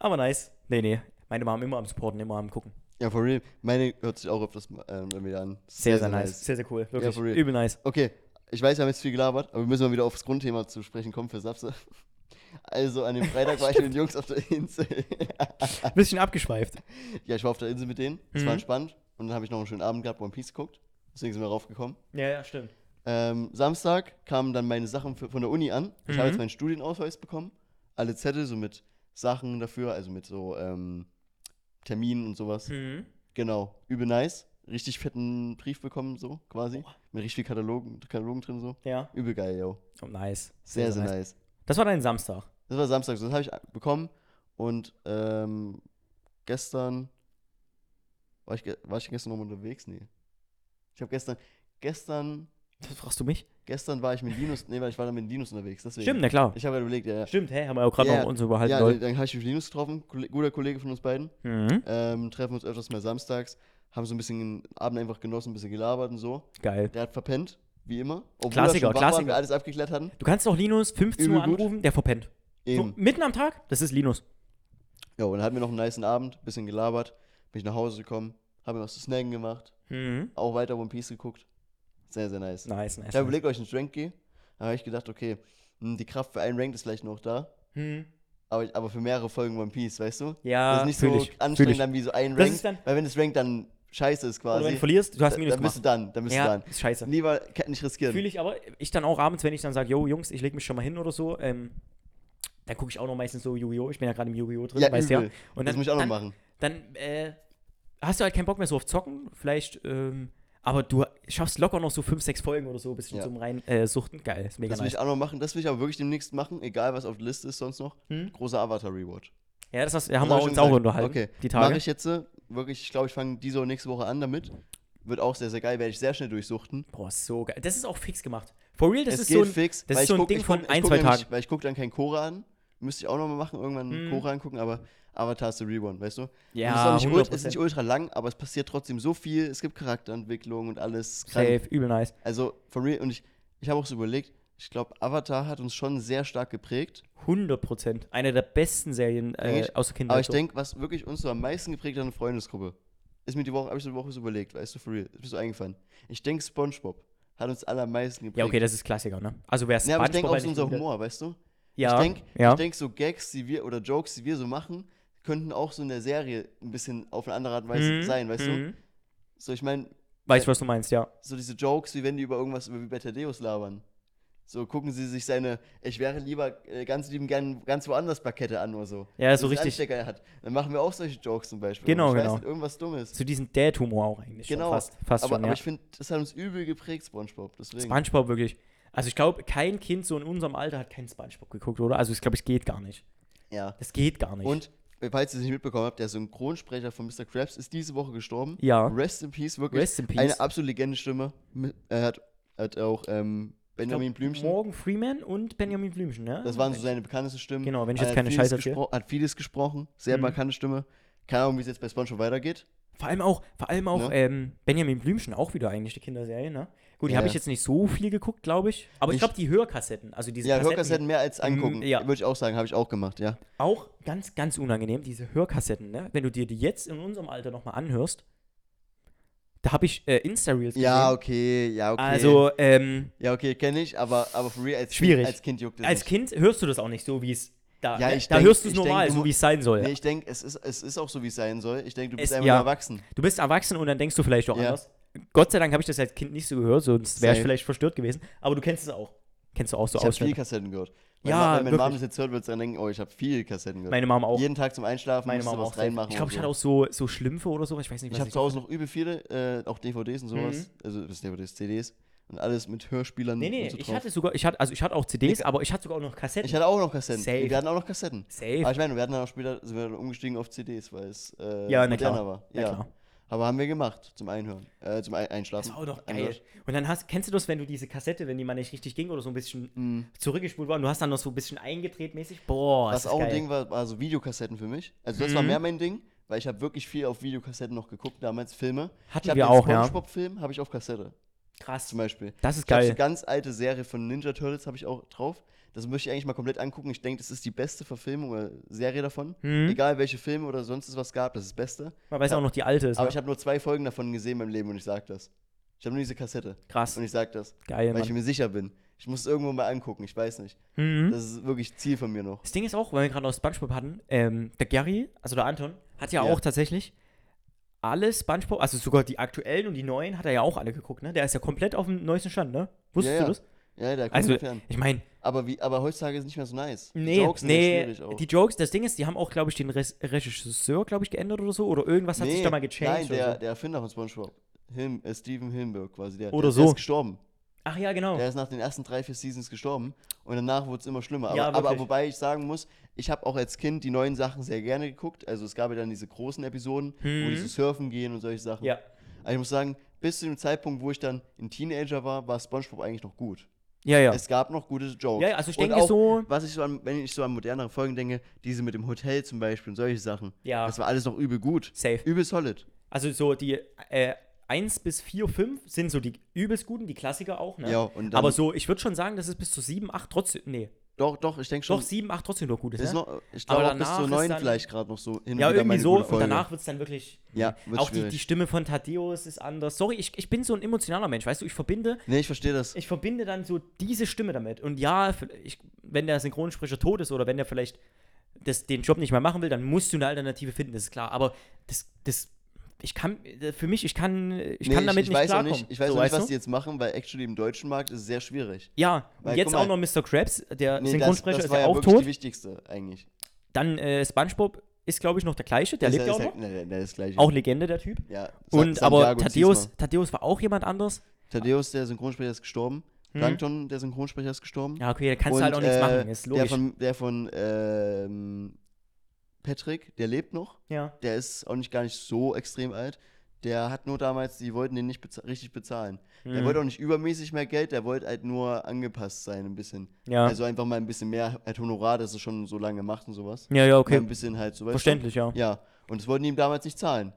Aber nice. Nee, nee. Meine Mom immer am Supporten, immer am Gucken. Ja, for real. Meine hört sich auch öfters ähm, wieder an. Sehr, sehr, nice. Sehr, sehr cool. Wirklich. for real. Übel nice. Okay, ich weiß, wir haben jetzt viel gelabert, aber wir müssen mal wieder aufs Grundthema zu sprechen kommen für Sapse. Also, an dem Freitag war ich mit den Jungs auf der Insel. Ah. Ein bisschen abgeschweift. ja, ich war auf der Insel mit denen. Es war Mhm. entspannt. Und dann habe ich noch einen schönen Abend gehabt, One Piece geguckt. Deswegen sind wir raufgekommen. Ja, ja, stimmt. Ähm, Samstag kamen dann meine Sachen für, von der Uni an. Ich habe Mhm. jetzt meinen Studienausweis bekommen. Alle Zettel, so mit Sachen dafür, also mit so ähm, Terminen und sowas. Mhm. Genau, übel nice. Richtig fetten Brief bekommen, so quasi. Boah. Mit richtig viel Katalogen, Katalogen drin, so. Ja. Übel geil, yo. Oh, nice. Sehr, sehr, nice. Das war dein Samstag. Das war Samstag, so das habe ich bekommen. Und ähm, gestern. War ich, ge- war ich gestern noch mal unterwegs? Nee. Ich habe gestern. Gestern. Das fragst du mich? Gestern war ich mit Linus. Nee, weil ich war dann mit Linus unterwegs. Deswegen. Stimmt, halt na klar. Ich habe halt überlegt, ja, ja. Stimmt, hä? Haben wir auch gerade Ja, noch uns überhalten ja, sollen. dann habe ich mich mit Linus getroffen, Kolle- guter Kollege von uns beiden. Mhm. Ähm, treffen uns öfters mal samstags, haben so ein bisschen den Abend einfach genossen, ein bisschen gelabert und so. Geil. Der hat verpennt, wie immer. Obwohl er Klassiker, schon wach Waren, Klassiker. wir alles abgeklärt hatten. Du kannst doch Linus 15 Übel Uhr gut. anrufen, der verpennt. So, Eben. mitten am Tag? Das ist Linus. Ja, und dann hatten wir noch einen niceen Abend, bisschen gelabert, bin ich nach Hause gekommen, habe mir was zu snacken gemacht, Mhm. auch weiter One Piece geguckt. Sehr, sehr nice. Nice, nice. Ich habe nice. überlegt, ob ich ins Rank gehe. Da habe ich gedacht, okay, hm, die Kraft für einen Ranked ist vielleicht noch da, Mhm. aber, aber für mehrere Folgen One Piece, weißt du? Ja, das ist nicht Ah, fühl so ich, fühl anstrengend ich. dann wie so ein Das Rank, ist dann- weil wenn das Rank dann scheiße ist Oder quasi, wenn du verlierst, du hast da- Minus dann bist gemacht. du dann, dann bist ja, du dann. ist scheiße. Lieber ke- nicht riskieren. Fühle ich aber, ich dann auch abends, wenn ich dann sage, yo, Jungs, ich lege mich schon mal hin oder so, ähm, dann gucke ich auch noch meistens so Yu-Gi-Oh! Ich bin ja gerade im Yu-Gi-Oh! drin, ja, weißt du übel. ja. Und das dann, muss ich auch noch dann, machen. Dann äh, hast du halt keinen Bock mehr so auf Zocken, vielleicht, ähm, aber du schaffst locker noch so fünf, sechs Folgen oder so, bisschen Ja. zum rein äh, Suchten. Geil, ist mega Das will nice. ich auch noch machen. Das will ich aber wirklich demnächst machen, egal was auf der Liste ist sonst noch. Hm? Großer Avatar-Rewatch. Ja, das hast, haben wir Das hab ich uns schon auch gesagt. unterhalten, Okay. die Mache Tage. ich jetzt äh, wirklich, ich glaube, ich fange diese und nächste Woche an damit. Wird auch sehr, sehr geil, werde ich sehr schnell durchsuchten. Boah, so geil. Das ist auch fix gemacht. For real, das es ist geht so ein, fix. weil das ist ich so ein guck- Ding ich von guck- ich ein, guck zwei nämlich- Tagen. Weil ich gucke dann kein Korra an. Müsste ich auch nochmal machen, irgendwann Mhm. Korra angucken, aber Avatar ist der Rewind, weißt du? Und Ja, es ist, auch nicht ultra, ist 100%. nicht ultra lang, aber es passiert trotzdem so viel. Es gibt Charakterentwicklung und alles. Krank. Safe, übel nice. Also, for real, und ich, ich habe auch so überlegt, ich glaube, Avatar hat uns schon sehr stark geprägt. 100%. Eine der besten Serien äh, Eigentlich. aus der Kindheit. Aber ich so. denke, was wirklich uns so am meisten geprägt hat, eine Freundesgruppe. Ist mir die Woche, habe ich so die Woche so überlegt, weißt du, for real. Ist mir so eingefallen. Ich denke, Spongebob hat uns alle am meisten geprägt. Ja, okay, das ist Klassiker, ne? Also wer Ja, aber ich denke auch SpongeBob so eigentlich unser wieder- Humor, weißt du? Ja, Ich denke, ja. denk, so Gags, die wir oder Jokes, die wir so machen, könnten auch so in der Serie ein bisschen auf eine andere Art und Weise Mhm, sein, weißt du? mhm. So, ich meine, Weißt du, was du meinst, ja. so diese Jokes, wie wenn die über irgendwas über wie bei Thaddeus labern. So gucken sie sich seine, ich wäre lieber äh, ganz lieben gern ganz woanders Plakette an oder so. Ja, so Wenn sie einen richtig. Anstecker hat. Dann machen wir auch solche Jokes zum Beispiel. Genau, Ich weiß genau. nicht, irgendwas Dummes. Zu diesem Dad-Humor auch eigentlich. Genau. Schon fast, fast aber, schon, aber ja. ich finde, das hat uns übel geprägt, Spongebob. Deswegen. Spongebob wirklich. Also ich glaube, kein Kind so in unserem Alter hat keinen Spongebob geguckt, oder? Also ich glaube, es geht gar nicht. ja. Es geht gar nicht. Und äh, falls ihr es nicht mitbekommen habt, der Synchronsprecher von Mr. Krabs ist diese Woche gestorben. Ja. Rest in Peace, wirklich. Rest in peace. Eine absolute Legende Stimme. Er hat, hat auch ähm, Benjamin Blümchen. Morgan Freeman und Benjamin Blümchen, ne? Das waren so seine bekanntesten Stimmen. Genau, wenn ich jetzt Er hat keine vieles Scheiße erzähle. gespro- Hat vieles gesprochen, sehr Mhm. markante Stimme. Keine Ahnung, wie es jetzt bei Spongebob weitergeht. Vor allem auch, vor allem auch Ne? ähm, Benjamin Blümchen, auch wieder eigentlich die Kinderserie, ne? Gut, die Ja, habe ich ja. jetzt nicht so viel geguckt, glaube ich. Aber ich Ich- glaube, die Hörkassetten, also diese ja, Kassetten, Mhm, Hörkassetten mehr als angucken. ja. Mhm. Würde ich auch sagen, habe ich auch gemacht, ja. auch ganz, ganz unangenehm, diese Hörkassetten, ne? Wenn du dir die jetzt in unserem Alter nochmal anhörst, da habe ich äh, Insta-Reels gesehen. Ja, okay, ja, okay. Also, ähm, ja, okay, kenne ich, aber, aber for real, als, Schwierig. Kind, als Kind juckt es als nicht. Kind hörst du das auch nicht so, wie es da, Ja, ne? ich da denk- hörst du es ich denk, normal, du so mu- wie es sein soll. Nee, ich denke, es ist, es ist auch so, wie es sein soll. Ich denke, du Es- bist einfach ja. nur erwachsen. Du bist erwachsen und dann denkst du vielleicht auch Ja. anders. Gott sei Dank habe ich das als Kind nicht so gehört, sonst wäre ich Safe. vielleicht verstört gewesen. Aber du kennst es auch. Kennst du auch so Ich habe viele Ausschnitte. Kassetten gehört. Ja, Ma- wenn meine Mom wirklich. das jetzt hört, wird sie dann denken, oh, ich habe viele Kassetten gehört. Meine Mama auch. Jeden Tag zum Einschlafen meine musst du Mama auch. was reinmachen. ich glaube, und ich so. hatte auch so, so Schlümpfe oder so. Ich weiß nicht, Ich was habe zu Hause noch übel viele, äh, auch DVDs und sowas. Also das DVDs, CDs und alles mit Hörspielern. Nee, und nee, so ich drauf. hatte sogar, ich hatte, also ich hatte auch CDs, aber ich hatte sogar auch noch Kassetten. ich hatte auch noch Kassetten. Safe. Wir hatten auch noch Kassetten. Safe. Aber ich meine, wir hatten dann auch später sind wir dann umgestiegen auf CDs, weil es äh, Ja, na moderner klar. war. Na klar. Aber haben wir gemacht zum Einhören, äh, zum Ei- Einschlafen. Das war auch doch geil. Einhören. Und dann hast, kennst du das, wenn du diese Kassette, wenn die mal nicht richtig ging oder so ein bisschen Mhm. zurückgespult war und du hast dann noch so ein bisschen eingedreht mäßig? Boah, Was ist das auch geil. ein Ding war, war so Videokassetten für mich. Also das war Mhm. mehr mein Ding, weil ich habe wirklich viel auf Videokassetten noch geguckt damals Filme. Hatten ich hab wir den auch, ja. SpongeBob-Film habe ich auf Kassette Krass. zum Beispiel. Das ist Ich habe geil. so ganz alte Serie von Ninja Turtles habe ich auch drauf. Das möchte ich eigentlich mal komplett angucken. Ich denke, das ist die beste Verfilmung oder Serie davon. Mhm. Egal welche Filme oder sonst was gab, das ist das Beste. Man weiß auch noch, die alte ist. Aber ne? ich habe nur zwei Folgen davon gesehen in meinem Leben und ich sage das. Ich habe nur diese Kassette Krass. und ich sage das, Geil, weil ich Mann. mir sicher bin. Ich muss es irgendwo mal angucken, ich weiß nicht. Mhm. Das ist wirklich Ziel von mir noch. Das Ding ist auch, weil wir gerade noch Spongebob hatten, ähm, der Gary, also der Anton, hat ja, Ja. auch tatsächlich alle Spongebob, also sogar die aktuellen und die neuen, hat er ja auch alle geguckt, ne? Der ist ja komplett auf dem neuesten Stand, ne? Wusstest ja, ja. du das? Ja, da kommt Also, man fern. ich meine, Aber, wie, aber heutzutage ist es nicht mehr so nice. Die nee, Jokes sind ja nee, schwierig auch. die Jokes, das Ding ist, die haben auch, glaube ich, den Res Regisseur, glaube ich, geändert oder so, oder irgendwas hat sich Nee, da mal gechanged Nein, der, oder so. der Erfinder von SpongeBob, Him, äh, Steven Hillenburg quasi, der, Oder der, der so. ist gestorben. Ach ja, genau. Der ist nach den ersten drei, vier Seasons gestorben und danach wurde es immer schlimmer. Aber, Ja, aber wirklich. wobei ich sagen muss, ich habe auch als Kind die neuen Sachen sehr gerne geguckt. Also es gab ja dann diese großen Episoden, wo Mhm. die so surfen gehen und solche Sachen. ja. Aber ich muss sagen, bis zu dem Zeitpunkt, wo ich dann ein Teenager war, war SpongeBob eigentlich noch gut. Ja, ja. Es gab noch gute Jokes. Ja, ja, also ich Und denke auch, so- Was ich so an, wenn ich so an modernere Folgen denke, diese mit dem Hotel zum Beispiel und solche Sachen. Ja. Das war alles noch übel gut. Safe. Übel solid. Also so die äh, 1 bis 4, 5 sind so die übelst guten, die Klassiker auch, ne? Ja, und dann- Aber so, ich würde schon sagen, dass es bis zu 7, 8 trotzdem, nee, Doch, doch, ich denke schon. doch 7, 8 trotzdem noch gut ist, das ist ne? noch, ich glaube auch bis danach zu ist neun dann- vielleicht gerade noch so hin und Ja, wieder mal irgendwie eine so. gute Und Folge. danach wird es dann wirklich. Ja, wird's auch die, schwierig. die Stimme von Thaddeus ist anders. Sorry, ich, ich bin so ein emotionaler Mensch, weißt du? Ich verbinde, Nee, ich verstehe das. ich verbinde dann so diese Stimme damit. Und ja, ich, wenn der Synchronsprecher tot ist oder wenn der vielleicht das, den Job nicht mehr machen will, dann musst du eine Alternative finden, das ist klar. Aber das, das, ich kann, äh, für mich, ich kann, ich Nee, kann damit ich nicht weiß auch klarkommen. nicht, ich weiß so, auch nicht, weißt was du? die jetzt machen, weil actually im deutschen Markt ist es sehr schwierig. Ja, und Weil, jetzt guck auch mal. noch Mr. Krabs, der Nee, Synchronsprecher das, das ist war ja ja auch wirklich tot. die wichtigste eigentlich. Dann äh, SpongeBob ist, glaube ich, noch der gleiche, der Ist lebt ja- ja ist ja- auch noch. Nee, nee, nee, das gleiche. Auch Legende, der Typ. ja, Sa- Und aber Santiago Thaddeus, Ziesmer. Thaddeus war auch jemand anders. Thaddeus, der Synchronsprecher, ist gestorben. Plankton, der Synchronsprecher, ist gestorben. Hm? Ja, okay, da kannst Und, du halt auch nichts äh, machen, ist Der logisch. von, der von ähm, Patrick, der lebt noch. ja. Der ist auch nicht gar nicht so extrem alt. Der hat nur damals, die wollten den nicht beza richtig bezahlen. Der Mhm. wollte auch nicht übermäßig mehr Geld, der wollte halt nur angepasst sein ein bisschen. Ja. Also einfach mal ein bisschen mehr halt Honorar, dass er schon so lange macht und sowas. ja, ja, Mal okay. Ein bisschen halt so weißt du? Verständlich, ja. Ja, und das wollten die ihm damals nicht zahlen.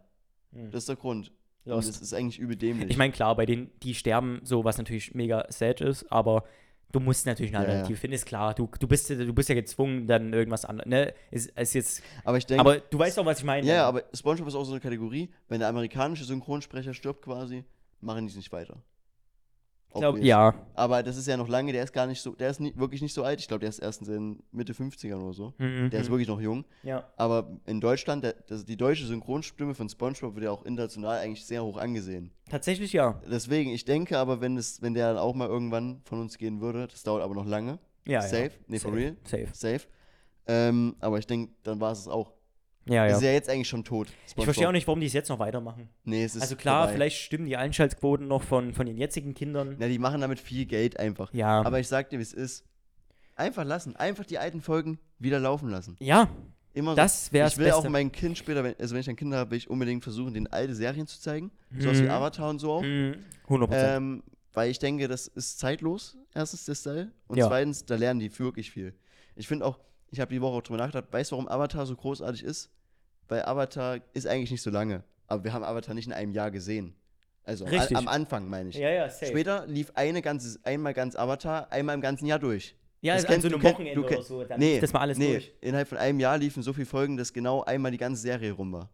Hm. Das ist der Grund. Lost. Und das ist eigentlich übel dämlich. Ich meine, klar, bei denen, die sterben, so was natürlich mega sad ist, aber du musst natürlich Ja, eine ja. Alternative finden, ist klar. Du, du, bist, ja- du bist ja gezwungen, dann irgendwas anderes. Ne? Ist, ist jetzt, aber ich denke, aber du weißt doch, was ich meine. ja, ja, aber SpongeBob ist auch so eine Kategorie, wenn der amerikanische Synchronsprecher stirbt quasi, machen die es nicht weiter. ich glaub, Obvious. ja. Aber das ist ja noch lange, der ist gar nicht so, der ist nie, wirklich nicht so alt. Ich glaube, der ist erst in seinen Mitte 50ern oder so. Mhm, Der ist mhm. wirklich noch jung. ja. Aber in Deutschland, der, das, die deutsche Synchronstimme von SpongeBob wird ja auch international eigentlich sehr hoch angesehen. Tatsächlich ja. Deswegen, ich denke aber, wenn, das, wenn der dann auch mal irgendwann von uns gehen würde, das dauert aber noch lange. ja safe, Ja. nee, for Safe, real, Safe. safe. Ähm, aber ich denke, dann war es es auch. Ja, Ist ja. ja jetzt eigentlich schon tot. Ich verstehe auch nicht, warum die es jetzt noch weitermachen. Nee, es ist Also klar, vorbei. vielleicht stimmen die Einschaltquoten noch von, von den jetzigen Kindern. Na, die machen damit viel Geld einfach. Ja. Aber ich sag dir, wie es ist. Einfach lassen. Einfach die alten Folgen wieder laufen lassen. Ja, Immer so. das wäre Ich will auch mein Kind später, wenn, also wenn ich dann Kinder habe, will ich unbedingt versuchen, den alte Serien zu zeigen. So was wie Mhm. Avatar und so auch. 100%. Ähm, weil ich denke, das ist zeitlos. Erstens der Style und Ja. zweitens, da lernen die wirklich viel. Ich finde auch, ich habe die Woche auch drüber nachgedacht, weißt du, warum Avatar so großartig ist? Weil Avatar ist eigentlich nicht so lange. Aber wir haben Avatar nicht in einem Jahr gesehen. Also am- Richtig. am Anfang meine ich. Ja, ja, safe. Ähm, Später lief eine ganze, einmal ganz Avatar, einmal im ganzen Jahr durch. ja, das also kennt- an so du einem kenn- Wochenende du kenn- oder so. Dann nee, lief das mal alles nee, durch. Innerhalb von einem Jahr liefen so viele Folgen, dass genau einmal die ganze Serie rum war.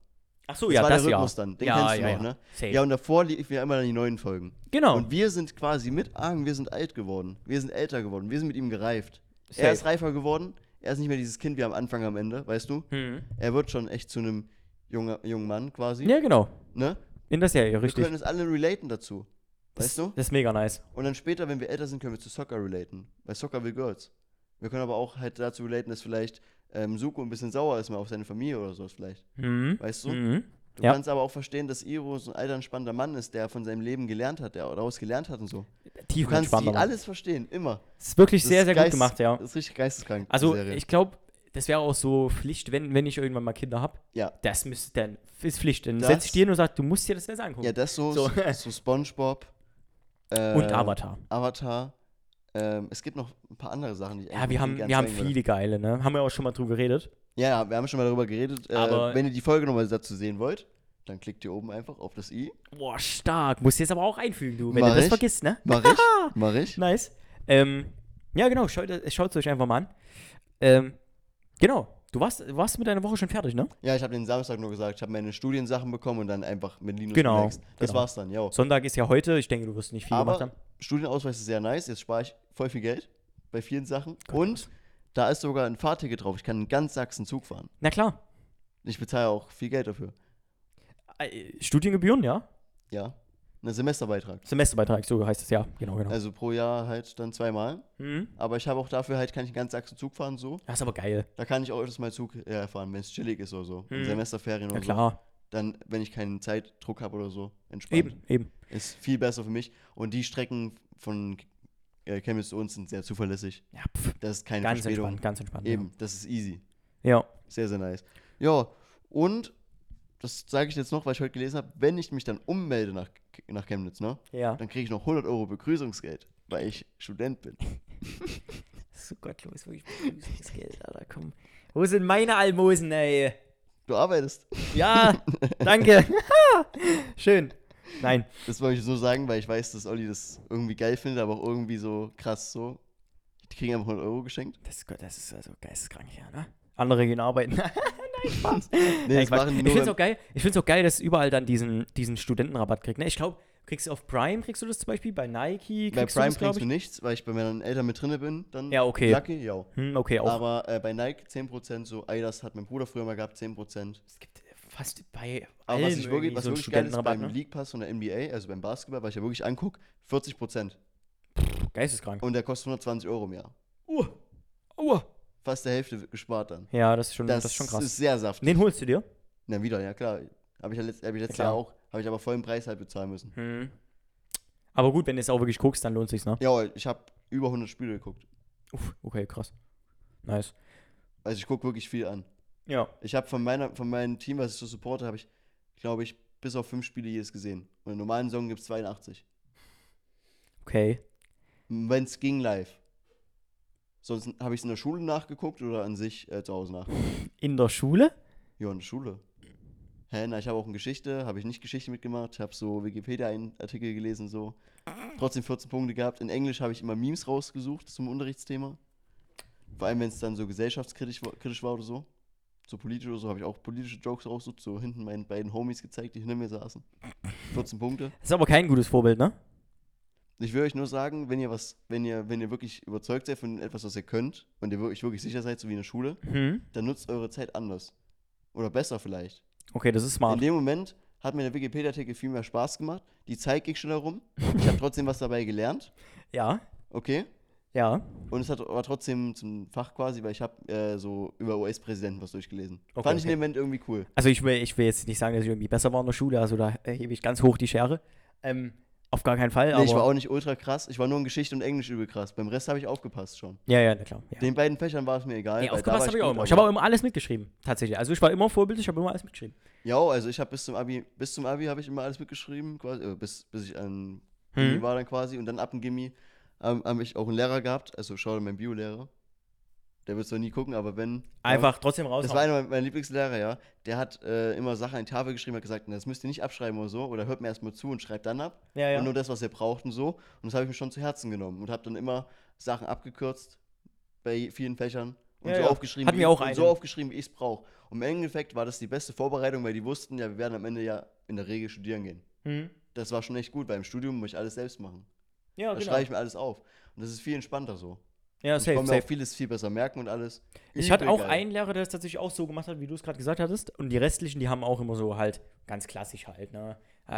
Ach so, Das Oh ja, war das der ja. Rhythmus dann. Den ja, kennst du ja, noch, ja. ne? Safe. Ja, und davor liefen ja immer dann die neuen Folgen. genau. Und wir sind quasi mit Argen, wir sind alt geworden. Wir sind älter geworden. Wir sind mit ihm gereift. Er Safe. ist reifer geworden. Er ist nicht mehr dieses Kind wie am Anfang, am Ende, weißt du? Hm. Er wird schon echt zu einem junger, jungen Mann quasi. Ja, genau. Ne? In der Serie, Wir richtig. können es alle relaten dazu. Das- Weißt du? Das ist mega nice. Und dann später, wenn wir älter sind, können wir zu Soccer relaten. Weil Soccer will Girls. Wir können aber auch halt dazu relaten, dass vielleicht ähm, Suko ein bisschen sauer ist mal auf seine Familie oder sowas vielleicht. Mhm. Weißt du? Mhm. Du Ja. kannst aber auch verstehen, dass Iro so ein alter, entspannter Mann ist, der von seinem Leben gelernt hat, der daraus gelernt hat und so. Du kannst die Tiefenentspannter. Mann. alles verstehen, immer. Das ist wirklich Das sehr, ist sehr gut geist- gemacht, ja. Das ist richtig geisteskrank. die Also, Serie. ich glaube, das wäre auch so Pflicht, wenn, wenn ich irgendwann mal Kinder habe. Ja. Das müsste dann, ist Pflicht. Dann Das- setze ich dir hin und sag, du musst dir das jetzt angucken. Ja, das so, So. so. Spongebob. äh, und Avatar. Avatar. Ähm, es gibt noch ein paar andere Sachen, die ich Ja, eigentlich wir haben, gern wir haben zeigen würde. viele geile, ne? Haben wir auch schon mal drüber geredet. Ja, ja, wir haben schon mal darüber geredet. Äh, Aber- wenn ihr die Folge nochmal dazu sehen wollt, dann klickt ihr oben einfach auf das i. Boah, stark. Musst du jetzt aber auch einfügen, du, wenn Mach du das ich. vergisst, ne? Mach ich. Mach ich. Nice. Ähm, ja, genau, schaut es euch einfach mal an. Ähm, genau, du warst, du warst mit deiner Woche schon fertig, ne? Ja, ich habe den Samstag nur gesagt, ich habe meine Studiensachen bekommen und dann einfach mit Linus Genau, relaxed. Das genau. war's dann, ja. Sonntag ist ja heute, ich denke, du wirst nicht viel gemacht Aber haben. Studienausweis ist sehr nice, jetzt spare ich voll viel Geld bei vielen Sachen. Und da ist sogar ein Fahrticket drauf. Ich kann in ganz Sachsen Zug fahren. Na klar, Ich bezahle auch viel Geld dafür. äh, Studiengebühren, ja. Ja. Ein Semesterbeitrag. Semesterbeitrag, so heißt es ja. Genau, genau. Also pro Jahr halt dann zweimal. Mhm. Aber ich habe auch dafür halt, kann ich in ganz Sachsen Zug fahren, so. Das ist aber geil. Da kann ich auch öfters mal Zug äh, fahren, wenn es chillig ist oder so. Mhm. In Semesterferien Ja, oder so. klar. Dann, wenn ich keinen Zeitdruck habe oder so, entspannt. Eben, eben. Ist viel besser für mich. Und die Strecken von äh, Chemnitz zu uns sind sehr zuverlässig. Ja, pff, Das ist keine ganz Verspätung. entspannt, ganz entspannt. Eben, das ist easy. Ja. Sehr, sehr nice. Ja, und das sage ich jetzt noch, weil ich heute gelesen habe, wenn ich mich dann ummelde nach, nach Chemnitz, ne, Ja. ja. dann kriege ich noch 100 Euro Begrüßungsgeld, weil ich Student bin. So gottlos, wirklich begrüßendes Geld, Alter, komm. Wo sind meine Almosen, ey? Du arbeitest. Ja, danke. Schön. Nein, Das wollte ich so sagen, weil ich weiß, dass Olli das irgendwie geil findet, aber auch irgendwie so krass so. Die kriegen einfach 100 Euro geschenkt. das ist, das ist also geisteskrank hier, ne? Andere gehen arbeiten. Nein, Spaß. Nee, Nein, das Quatsch. machen die ich finde es nur. auch geil, ich find's auch geil, dass überall dann diesen, diesen Studentenrabatt kriegt. Ne? Ich glaube, kriegst du auf Prime, kriegst du das zum Beispiel, bei Nike, Bei, bei kriegst Prime du das, glaub kriegst du nichts, weil ich bei meinen Eltern mit drinne bin. Dann Ja, okay. Lucky, ja. ich. Hm, okay, auch. Aber äh, bei Nike 10% so, ey, das hat mein Bruder früher mal gehabt, 10%. es gibt fast bei Aber allen was ich wirklich, irgendwie was so wirklich geil einen ist Studentenrabatt, beim ne? League Pass von der NBA, also beim Basketball, weil ich ja wirklich angucke, 40 Prozent. Geisteskrank. Und der kostet 120 Euro im Jahr. Uh, uh. Fast der Hälfte gespart dann. Ja, das ist schon, Das, das ist schon krass. ist sehr saftig. Den holst du dir? Na wieder, ja klar. Habe ich, ja letzt, hab ich letztes klar. Jahr auch, habe ich aber vollen Preis halt bezahlen müssen. Hm. Aber gut, wenn du es auch wirklich guckst, dann lohnt sich's, ne? Ja, ich habe über 100 Spiele geguckt. Uff, okay, krass. Nice. Also ich gucke wirklich viel an. Ja. Ich habe von, meiner- von meinem Team, was ich so supporte, habe ich, glaube ich, bis auf fünf Spiele jedes gesehen. Und in normalen Saison gibt es 82. Okay. Wenn es ging live. Sonst habe ich es in der Schule nachgeguckt oder an sich äh, zu Hause nach. In der Schule? Ja, in der Schule. Hä, na, ich habe auch in Geschichte, habe ich nicht Geschichte mitgemacht, habe so Wikipedia-Artikel gelesen, so. Trotzdem 14 Punkte gehabt. In Englisch habe ich immer Memes rausgesucht zum Unterrichtsthema. Vor allem, wenn es dann so gesellschaftskritisch wa- kritisch war oder so. So politisch oder so, habe ich auch politische Jokes rausgesucht, so hinten meinen beiden Homies gezeigt, die hinter mir saßen. 14 Punkte. Das ist aber kein gutes Vorbild, ne? Ich will euch nur sagen, wenn ihr was, wenn ihr, wenn ihr wirklich überzeugt seid von etwas, was ihr könnt und ihr wirklich, wirklich sicher seid, so wie in der Schule, Hm. dann nutzt eure Zeit anders. Oder besser vielleicht. Okay, das ist smart. In dem Moment hat mir der Wikipedia-Artikel viel mehr Spaß gemacht. Die Zeit ging schneller rum. Ich habe trotzdem was dabei gelernt. Ja, Okay. ja. Und es hat aber trotzdem zum Fach quasi, weil ich habe äh, so über US-Präsidenten was durchgelesen. Okay, Fand ich in okay. dem Moment irgendwie cool. Also ich will, ich will jetzt nicht sagen, dass ich irgendwie besser war in der Schule, also da hebe ich ganz hoch die Schere. Ähm, auf gar keinen Fall, aber... Nee, ich war auch nicht ultra krass. Ich war nur in Geschichte und Englisch übel krass. Beim Rest habe ich aufgepasst schon. ja, ja, na klar. Ja. Den beiden Fächern war es mir egal. Nee, weil da aufgepasst war habe ich auch gut, immer. Ich aber- habe auch immer alles mitgeschrieben, tatsächlich. Also ich war immer vorbildlich, ich habe immer alles mitgeschrieben. Ja, also ich habe bis zum Abi, bis zum Abi habe ich immer alles mitgeschrieben, quasi, äh, bis, bis ich an Gimmi Hm. war dann quasi. Und dann ab dem Gimmi ähm, habe ich auch einen Lehrer gehabt. Also schau mein Bio-Lehrer. Der wird es noch nie gucken, aber wenn. Einfach trotzdem raus. Das war einer meiner Lieblingslehrer, ja. Der hat äh, immer Sachen in die Tafel geschrieben, hat gesagt, "Na, das müsst ihr nicht abschreiben oder so, oder hört mir erstmal zu und schreibt dann ab. ja, Und ja. nur das, was ihr braucht und so. Und das habe ich mir schon zu Herzen genommen und habe dann immer Sachen abgekürzt bei vielen Fächern und Ja, so ja. aufgeschrieben, Hatten wie wir ich- auch und so einen. aufgeschrieben, wie ich es brauche. Und im Endeffekt war das die beste Vorbereitung, weil die wussten, ja, wir werden am Ende ja in der Regel studieren gehen. Hm. Das war schon echt gut, weil im Studium muss ich alles selbst machen. Ja, da genau. schreibe ich mir alles auf. Und das ist viel entspannter so. Ja, Ich safe, kann mir auch safe. vieles viel besser merken und alles. Ich hatte Übel auch geil. einen Lehrer, der das tatsächlich auch so gemacht hat, wie du es gerade gesagt hattest. Und die restlichen, die haben auch immer so halt ganz klassisch halt, ne? Äh,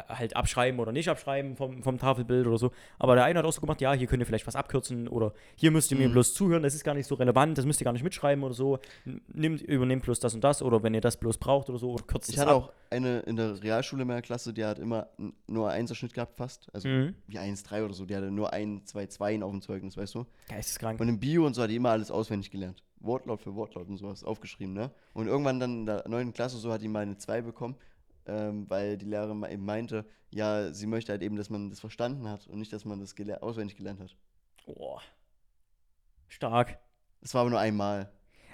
Halt abschreiben oder nicht abschreiben vom, vom Tafelbild oder so. Aber der eine hat auch so gemacht, ja, hier könnt ihr vielleicht was abkürzen oder hier müsst ihr mir Mhm. bloß zuhören, das ist gar nicht so relevant, das müsst ihr gar nicht mitschreiben oder so. N- Nehmt, übernehmt bloß das und das oder wenn ihr das bloß braucht oder so oder kürzt Ich es hatte ab. auch eine in der Realschule in meiner Klasse, die hat immer n- nur einen Einserschnitt gehabt fast. Also Mhm. wie 1,3 oder so. Die hatte nur ein, zwei Zweien auf dem Zeugnis, weißt du? Geisteskrank. Und im Bio und so hat die immer alles auswendig gelernt. Wortlaut für Wortlaut und sowas aufgeschrieben, ne? Und irgendwann dann in der neunten Klasse so hat die mal eine 2 bekommen, ähm, weil die Lehrerin me- eben meinte, ja, sie möchte halt eben, dass man das verstanden hat und nicht, dass man das gele auswendig gelernt hat. Boah. Stark. Das war aber nur einmal.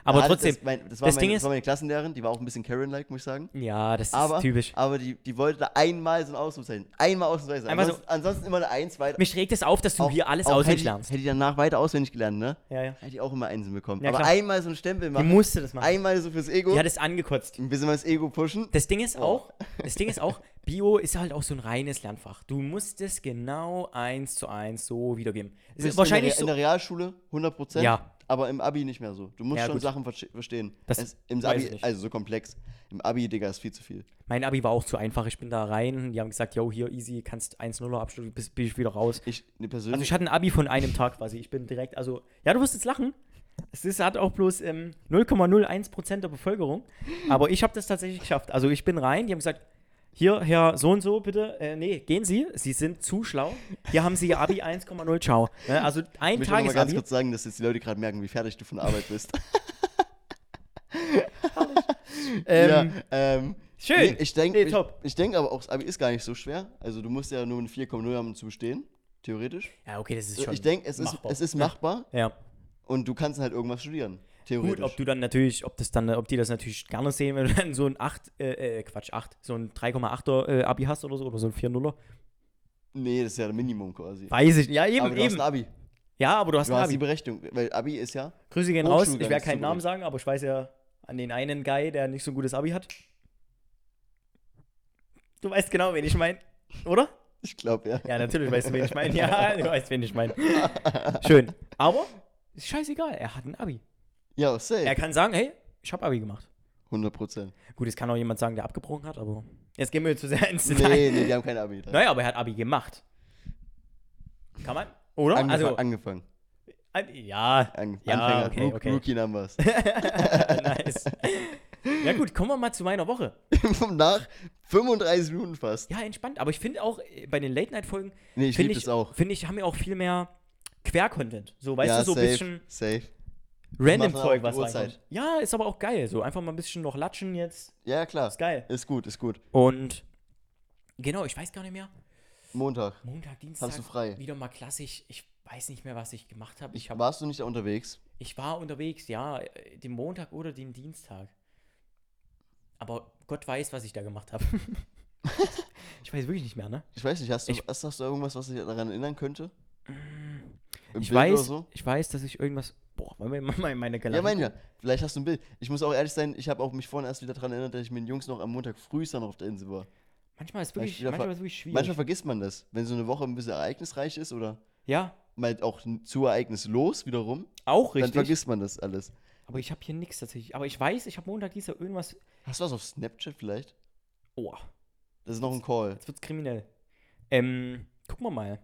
Aber Da hatte- trotzdem, Das, mein, das, war das meine, Ding das ist- war meine Klassenlehrerin, die war auch ein bisschen Karen-like, muss ich sagen. ja, das ist Aber, typisch. aber die, die wollte da einmal so ein Ausrufezeichen. Einmal Ausrufezeichen. Einmal so- ansonsten, ansonsten immer eine Eins weiter. Mich regt es auf, dass du hier alles auch auswendig hätte Ich, lernst. hätte ich danach weiter auswendig gelernt, ne? Ja, ja. Hätte ich auch immer Einsen bekommen. Ja, aber klar. einmal so ein Stempel Die machen. musste das machen. Einmal so fürs Ego. Die hat es angekotzt. ein bisschen mal das Ego pushen. Das Ding ist Oh. auch, das Ding ist auch, Bio ist halt auch so ein reines Lernfach. Du musst es genau eins zu eins so wiedergeben. Es Bist ist du wahrscheinlich in, so, der, in der Realschule 100 Prozent. Ja. Aber im Abi nicht mehr so. Du musst Ja, schon gut. Sachen verste- verstehen. Das es, Im weiß ich Abi, nicht. also so komplex. Im Abi, Digga, ist viel zu viel. mein Abi war auch zu einfach. Ich bin da rein, die haben gesagt, yo, hier easy, kannst 1-0er abschließen, bist, bin ich wieder raus. Ich ne, Also persönlich. ich hatte ein Abi von einem Tag quasi. Ich bin direkt, also, ja, du wirst jetzt lachen. Es ist, hat auch bloß ähm, 0,01% der Bevölkerung. Aber ich habe das tatsächlich geschafft. Also ich bin rein, die haben gesagt, hier, Herr so und so, bitte, äh, nee, gehen Sie, Sie sind zu schlau. Hier haben Sie Ihr Abi 1,0, ciao. Ne, also ein ich möchte noch mal ganz Tages-Abi. kurz sagen, dass jetzt die Leute gerade merken, wie fertig du von der Arbeit bist. Ähm, ja, ähm, schön. Nee, ich denke Nee, ich, top. ich denk aber auch, das Abi ist gar nicht so schwer. Also du musst ja nur eine 4,0 haben, um zu bestehen, theoretisch. ja. okay, das ist Also schon. ich denke, es, ist- machbar. es ist machbar ja. und du kannst halt irgendwas studieren, Gut, theoretisch. ob du dann natürlich, ob das dann, ob die das natürlich gerne sehen, wenn du dann so ein 8, äh, äh, Quatsch, 8, so ein 3,8er äh, Abi hast oder so, oder so ein 4,0er. nee, das ist ja das Minimum quasi. Weiß ich nicht. Ja, eben, aber du hast eben. ein Abi. ja, aber du hast Du ein hast Abi. die Berechtigung, weil Abi ist ja, Grüße gehen raus. Hochschulgang Ich werde ist keinen super Namen gut. sagen, aber ich weiß ja an den einen Guy, der nicht so ein gutes Abi hat. Du weißt genau, wen ich meine, oder? ich glaube ja. Ja, natürlich weißt du, wen ich meine. Ja, du weißt, wen ich meine. Schön. Aber ist scheißegal, er hat ein Abi. Ja, safe. Er kann sagen, hey, ich habe Abi gemacht. 100 Prozent. Gut, es kann auch jemand sagen, der abgebrochen hat, aber jetzt gehen wir zu sehr ins Detail. Nee, nee, die haben kein Abi. Da. Naja, aber er hat Abi gemacht. Kann man? Oder? Angefa also, angefangen. an, ja, An Ja, Anfänger, okay, Rook- okay. Rookie Numbers. nice. Ja gut, kommen wir mal zu meiner Woche. Nach 35 Minuten fast. Ja, entspannt. Aber ich finde auch äh, bei den Late-Night-Folgen, Nee, ich finde liebe ich, das auch. finde ich, haben wir auch viel mehr Quer-Content. So, weißt ja, du, so safe, ein bisschen safe. random Macht man Zeug, auch was die reinkommt. Uhrzeit. Ja, ist aber auch geil. So, einfach mal ein bisschen noch latschen jetzt. Ja, klar. Ist geil. Ist gut, ist gut. Und genau, ich weiß gar nicht mehr. Montag. Montag, Dienstag. du frei? Wieder mal klassisch. Ich weiß nicht mehr, was ich gemacht habe. Ich, hab, Warst du nicht unterwegs? ich war unterwegs, ja, äh, den Montag oder den Dienstag. Aber Gott weiß, was ich da gemacht habe. ich weiß wirklich nicht mehr, ne? Ich weiß nicht, hast du, Ich- Mm, hast, hast du irgendwas, was dich daran erinnern könnte? Ein Ich Bild weiß, Oder so? ich weiß, dass ich irgendwas. Boah, wollen wir mal in meine Galerie. Ja, mein ja. Vielleicht hast du ein Bild. Ich muss auch ehrlich sein, ich habe auch mich vorhin erst wieder daran erinnert, dass ich mit den Jungs noch am Montag früh dann auf der Insel war. Manchmal ist Weil wirklich, ich wieder ver- manchmal ist wirklich schwierig. Manchmal vergisst man das, wenn so eine Woche ein bisschen ereignisreich ist oder ja, mal auch n- zu ereignislos wiederum, auch dann richtig. vergisst man das alles. Aber ich habe hier nichts tatsächlich. Aber ich weiß, ich habe Montag dieser irgendwas. Hast du was auf Snapchat vielleicht? Oh, Das ist noch ein Call. jetzt wird's kriminell. Ähm, gucken wir mal.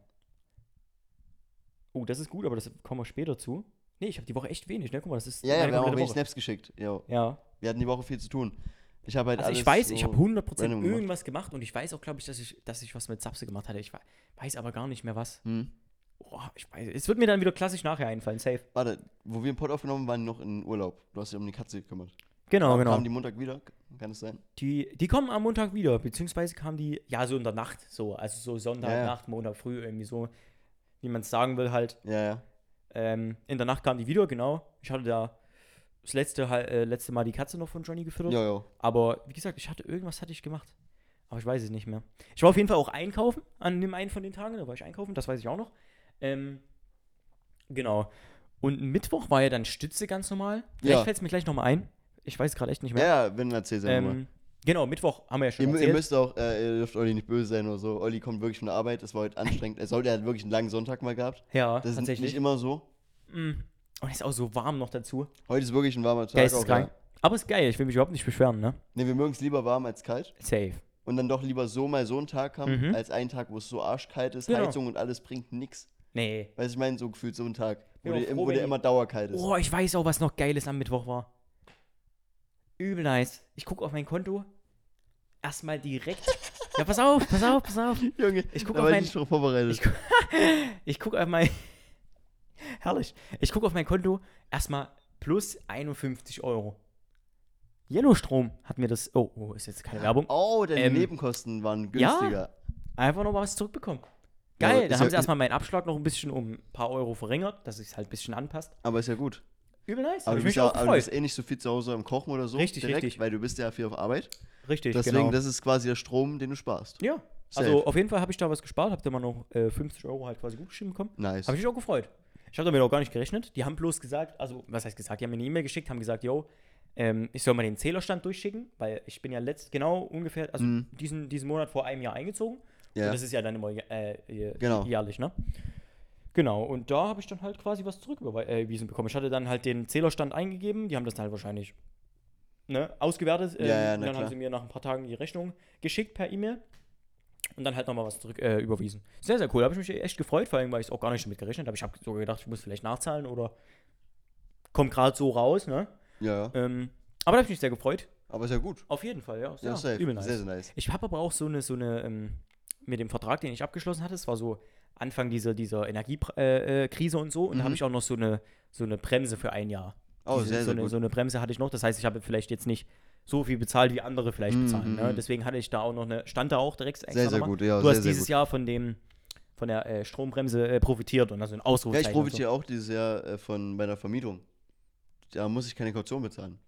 Oh, das ist gut, aber das kommen wir später zu. Nee, ich habe die Woche echt wenig, ne? Guck mal, das ist Ja, ja, meine wir haben auch komplette wenig Woche. Snaps geschickt. Ja, Ja. wir hatten die Woche viel zu tun. Ich habe halt Also alles ich weiß, so ich habe 100% random gemacht. irgendwas gemacht und ich weiß auch, glaube ich, dass ich, dass ich was mit Zapse gemacht hatte. Ich we- weiß aber gar nicht mehr was. Hm. Oh, ich weiß. Es wird mir dann wieder klassisch nachher einfallen, safe. Warte, wo wir den Pod aufgenommen haben, waren die noch in Urlaub. Du hast dich um die Katze gekümmert. Genau, genau. Kamen die Montag wieder? Kann es sein? Die, die kommen am Montag wieder, beziehungsweise kamen die, ja, so in der Nacht, so, also so Sonntag, Ja, ja. Nacht, Montag früh, irgendwie so, wie man es sagen will, halt. Ja, ja. Ähm, in der Nacht kamen die wieder, genau. Ich hatte da das letzte, Hal- äh, letzte Mal die Katze noch von Johnny gefüttert. Jo, jo. Aber wie gesagt, ich hatte irgendwas hatte ich gemacht. Aber ich weiß es nicht mehr. Ich war auf jeden Fall auch einkaufen an dem einen von den Tagen, da war ich einkaufen, das weiß ich auch noch. Ähm, genau. Und Mittwoch war ja dann Stütze ganz normal. Vielleicht Ja. fällt es mir gleich nochmal ein. Ich weiß gerade echt nicht mehr. Ja, ja, wenn, erzähl's einfach mal. ähm, genau, Mittwoch haben wir ja schon Ihr, mü- ihr erzählt. müsst auch, äh, ihr dürft Olli nicht böse sein oder so. Olli kommt wirklich von der Arbeit, es war heute anstrengend. Er sollte er hat wirklich einen langen Sonntag mal gehabt. ja, Das ist tatsächlich. nicht immer so. Mm. Und ist auch so warm noch dazu. Heute ist wirklich ein warmer Tag. auch, Geisteskrank. ja. Aber ist geil, ich will mich überhaupt nicht beschweren, ne? Nee, wir mögen es lieber warm als kalt. Safe. Und dann doch lieber so mal so einen Tag haben, Mhm. als einen Tag, wo es so arschkalt ist. Genau. Heizung und alles bringt nix. Nee. Weißt du, ich meine, so gefühlt so einen Tag, wo, Bin auch der, im- froh, wo wenn der die- immer dauerkalt ist. Oh, ich weiß auch, was noch Geiles am Mittwoch war. Übel nice. Ich gucke auf mein Konto. Erstmal direkt. ja, pass auf, pass auf, pass auf. Junge, Ich guck da auf war mein- nicht drauf vorbereitet. Ich gu- Ich gucke auf mein. Herrlich. Ich gucke auf mein Konto. Erstmal plus 51 Euro. Yellowstrom hat mir das. Oh, oh ist jetzt keine Werbung. oh, deine Ähm, Nebenkosten waren ja. günstiger. Einfach noch was zurückbekommen. Ja, Geil, aber da ist haben ja- sie erstmal meinen Abschlag noch ein bisschen um ein paar Euro verringert, dass es halt ein bisschen anpasst. Aber ist ja gut. Übel nice. Aber du, hab ich bist mich ja, auch aber du bist gefreut. eh nicht so viel zu Hause am Kochen oder so. Richtig, direkt, richtig. Weil du bist ja viel auf Arbeit. Richtig, Deswegen, genau. das ist quasi der Strom, den du sparst. Ja. Safe. Also auf jeden Fall habe ich da was gespart, habe da mal noch äh, 50 Euro halt quasi gutgeschrieben bekommen. Nice. Habe ich mich auch gefreut. Ich habe damit auch gar nicht gerechnet. Die haben bloß gesagt, also was heißt gesagt, die haben mir eine E-Mail geschickt, haben gesagt, yo, ähm, ich soll mal den Zählerstand durchschicken, weil ich bin ja letzt genau ungefähr, also Mhm. diesen, diesen Monat vor einem Jahr eingezogen. Ja. Und das ist ja dann immer äh, äh, Genau. jährlich, ne? Genau, und da habe ich dann halt quasi was zurücküberwiesen bekommen. Ich hatte dann halt den Zählerstand eingegeben, die haben das dann halt wahrscheinlich ne, ausgewertet. ähm, Ja, ja, und na dann klar. haben sie mir nach ein paar Tagen die Rechnung geschickt per E-Mail und dann halt nochmal was zurück äh, überwiesen. Sehr, sehr cool. Da habe ich mich echt gefreut, vor allem, weil ich es auch gar nicht damit gerechnet habe. Ich habe sogar gedacht, ich muss vielleicht nachzahlen oder komm gerade so raus, ne? ja, ja. Ähm, aber da habe ich mich sehr gefreut. Aber ist ja gut. Auf jeden Fall, ja. Ja, ja, safe. Übel nice. Sehr, sehr nice. Ich habe aber auch so eine, so eine, ähm, mit dem Vertrag, den ich abgeschlossen hatte, es war so Anfang dieser, dieser Energiekrise äh, äh, Krise und so, und da Mhm. habe ich auch noch so eine, so eine Bremse für ein Jahr. Oh, Diese- sehr, so, sehr eine, gut. so eine Bremse hatte ich noch, das heißt, ich habe vielleicht jetzt nicht so viel bezahlt, wie andere vielleicht bezahlen. Ne? Mhm. Deswegen hatte ich da auch noch eine, stand da auch direkt extra Sehr, sehr nochmal. gut. Ja, Du sehr, hast sehr dieses gut. Jahr von dem, von der äh, Strombremse äh, profitiert und also ein Ja, Ausrufezeichen. ich profitiere auch dieses Jahr äh, von meiner Vermietung. Da muss ich keine Kaution bezahlen. Und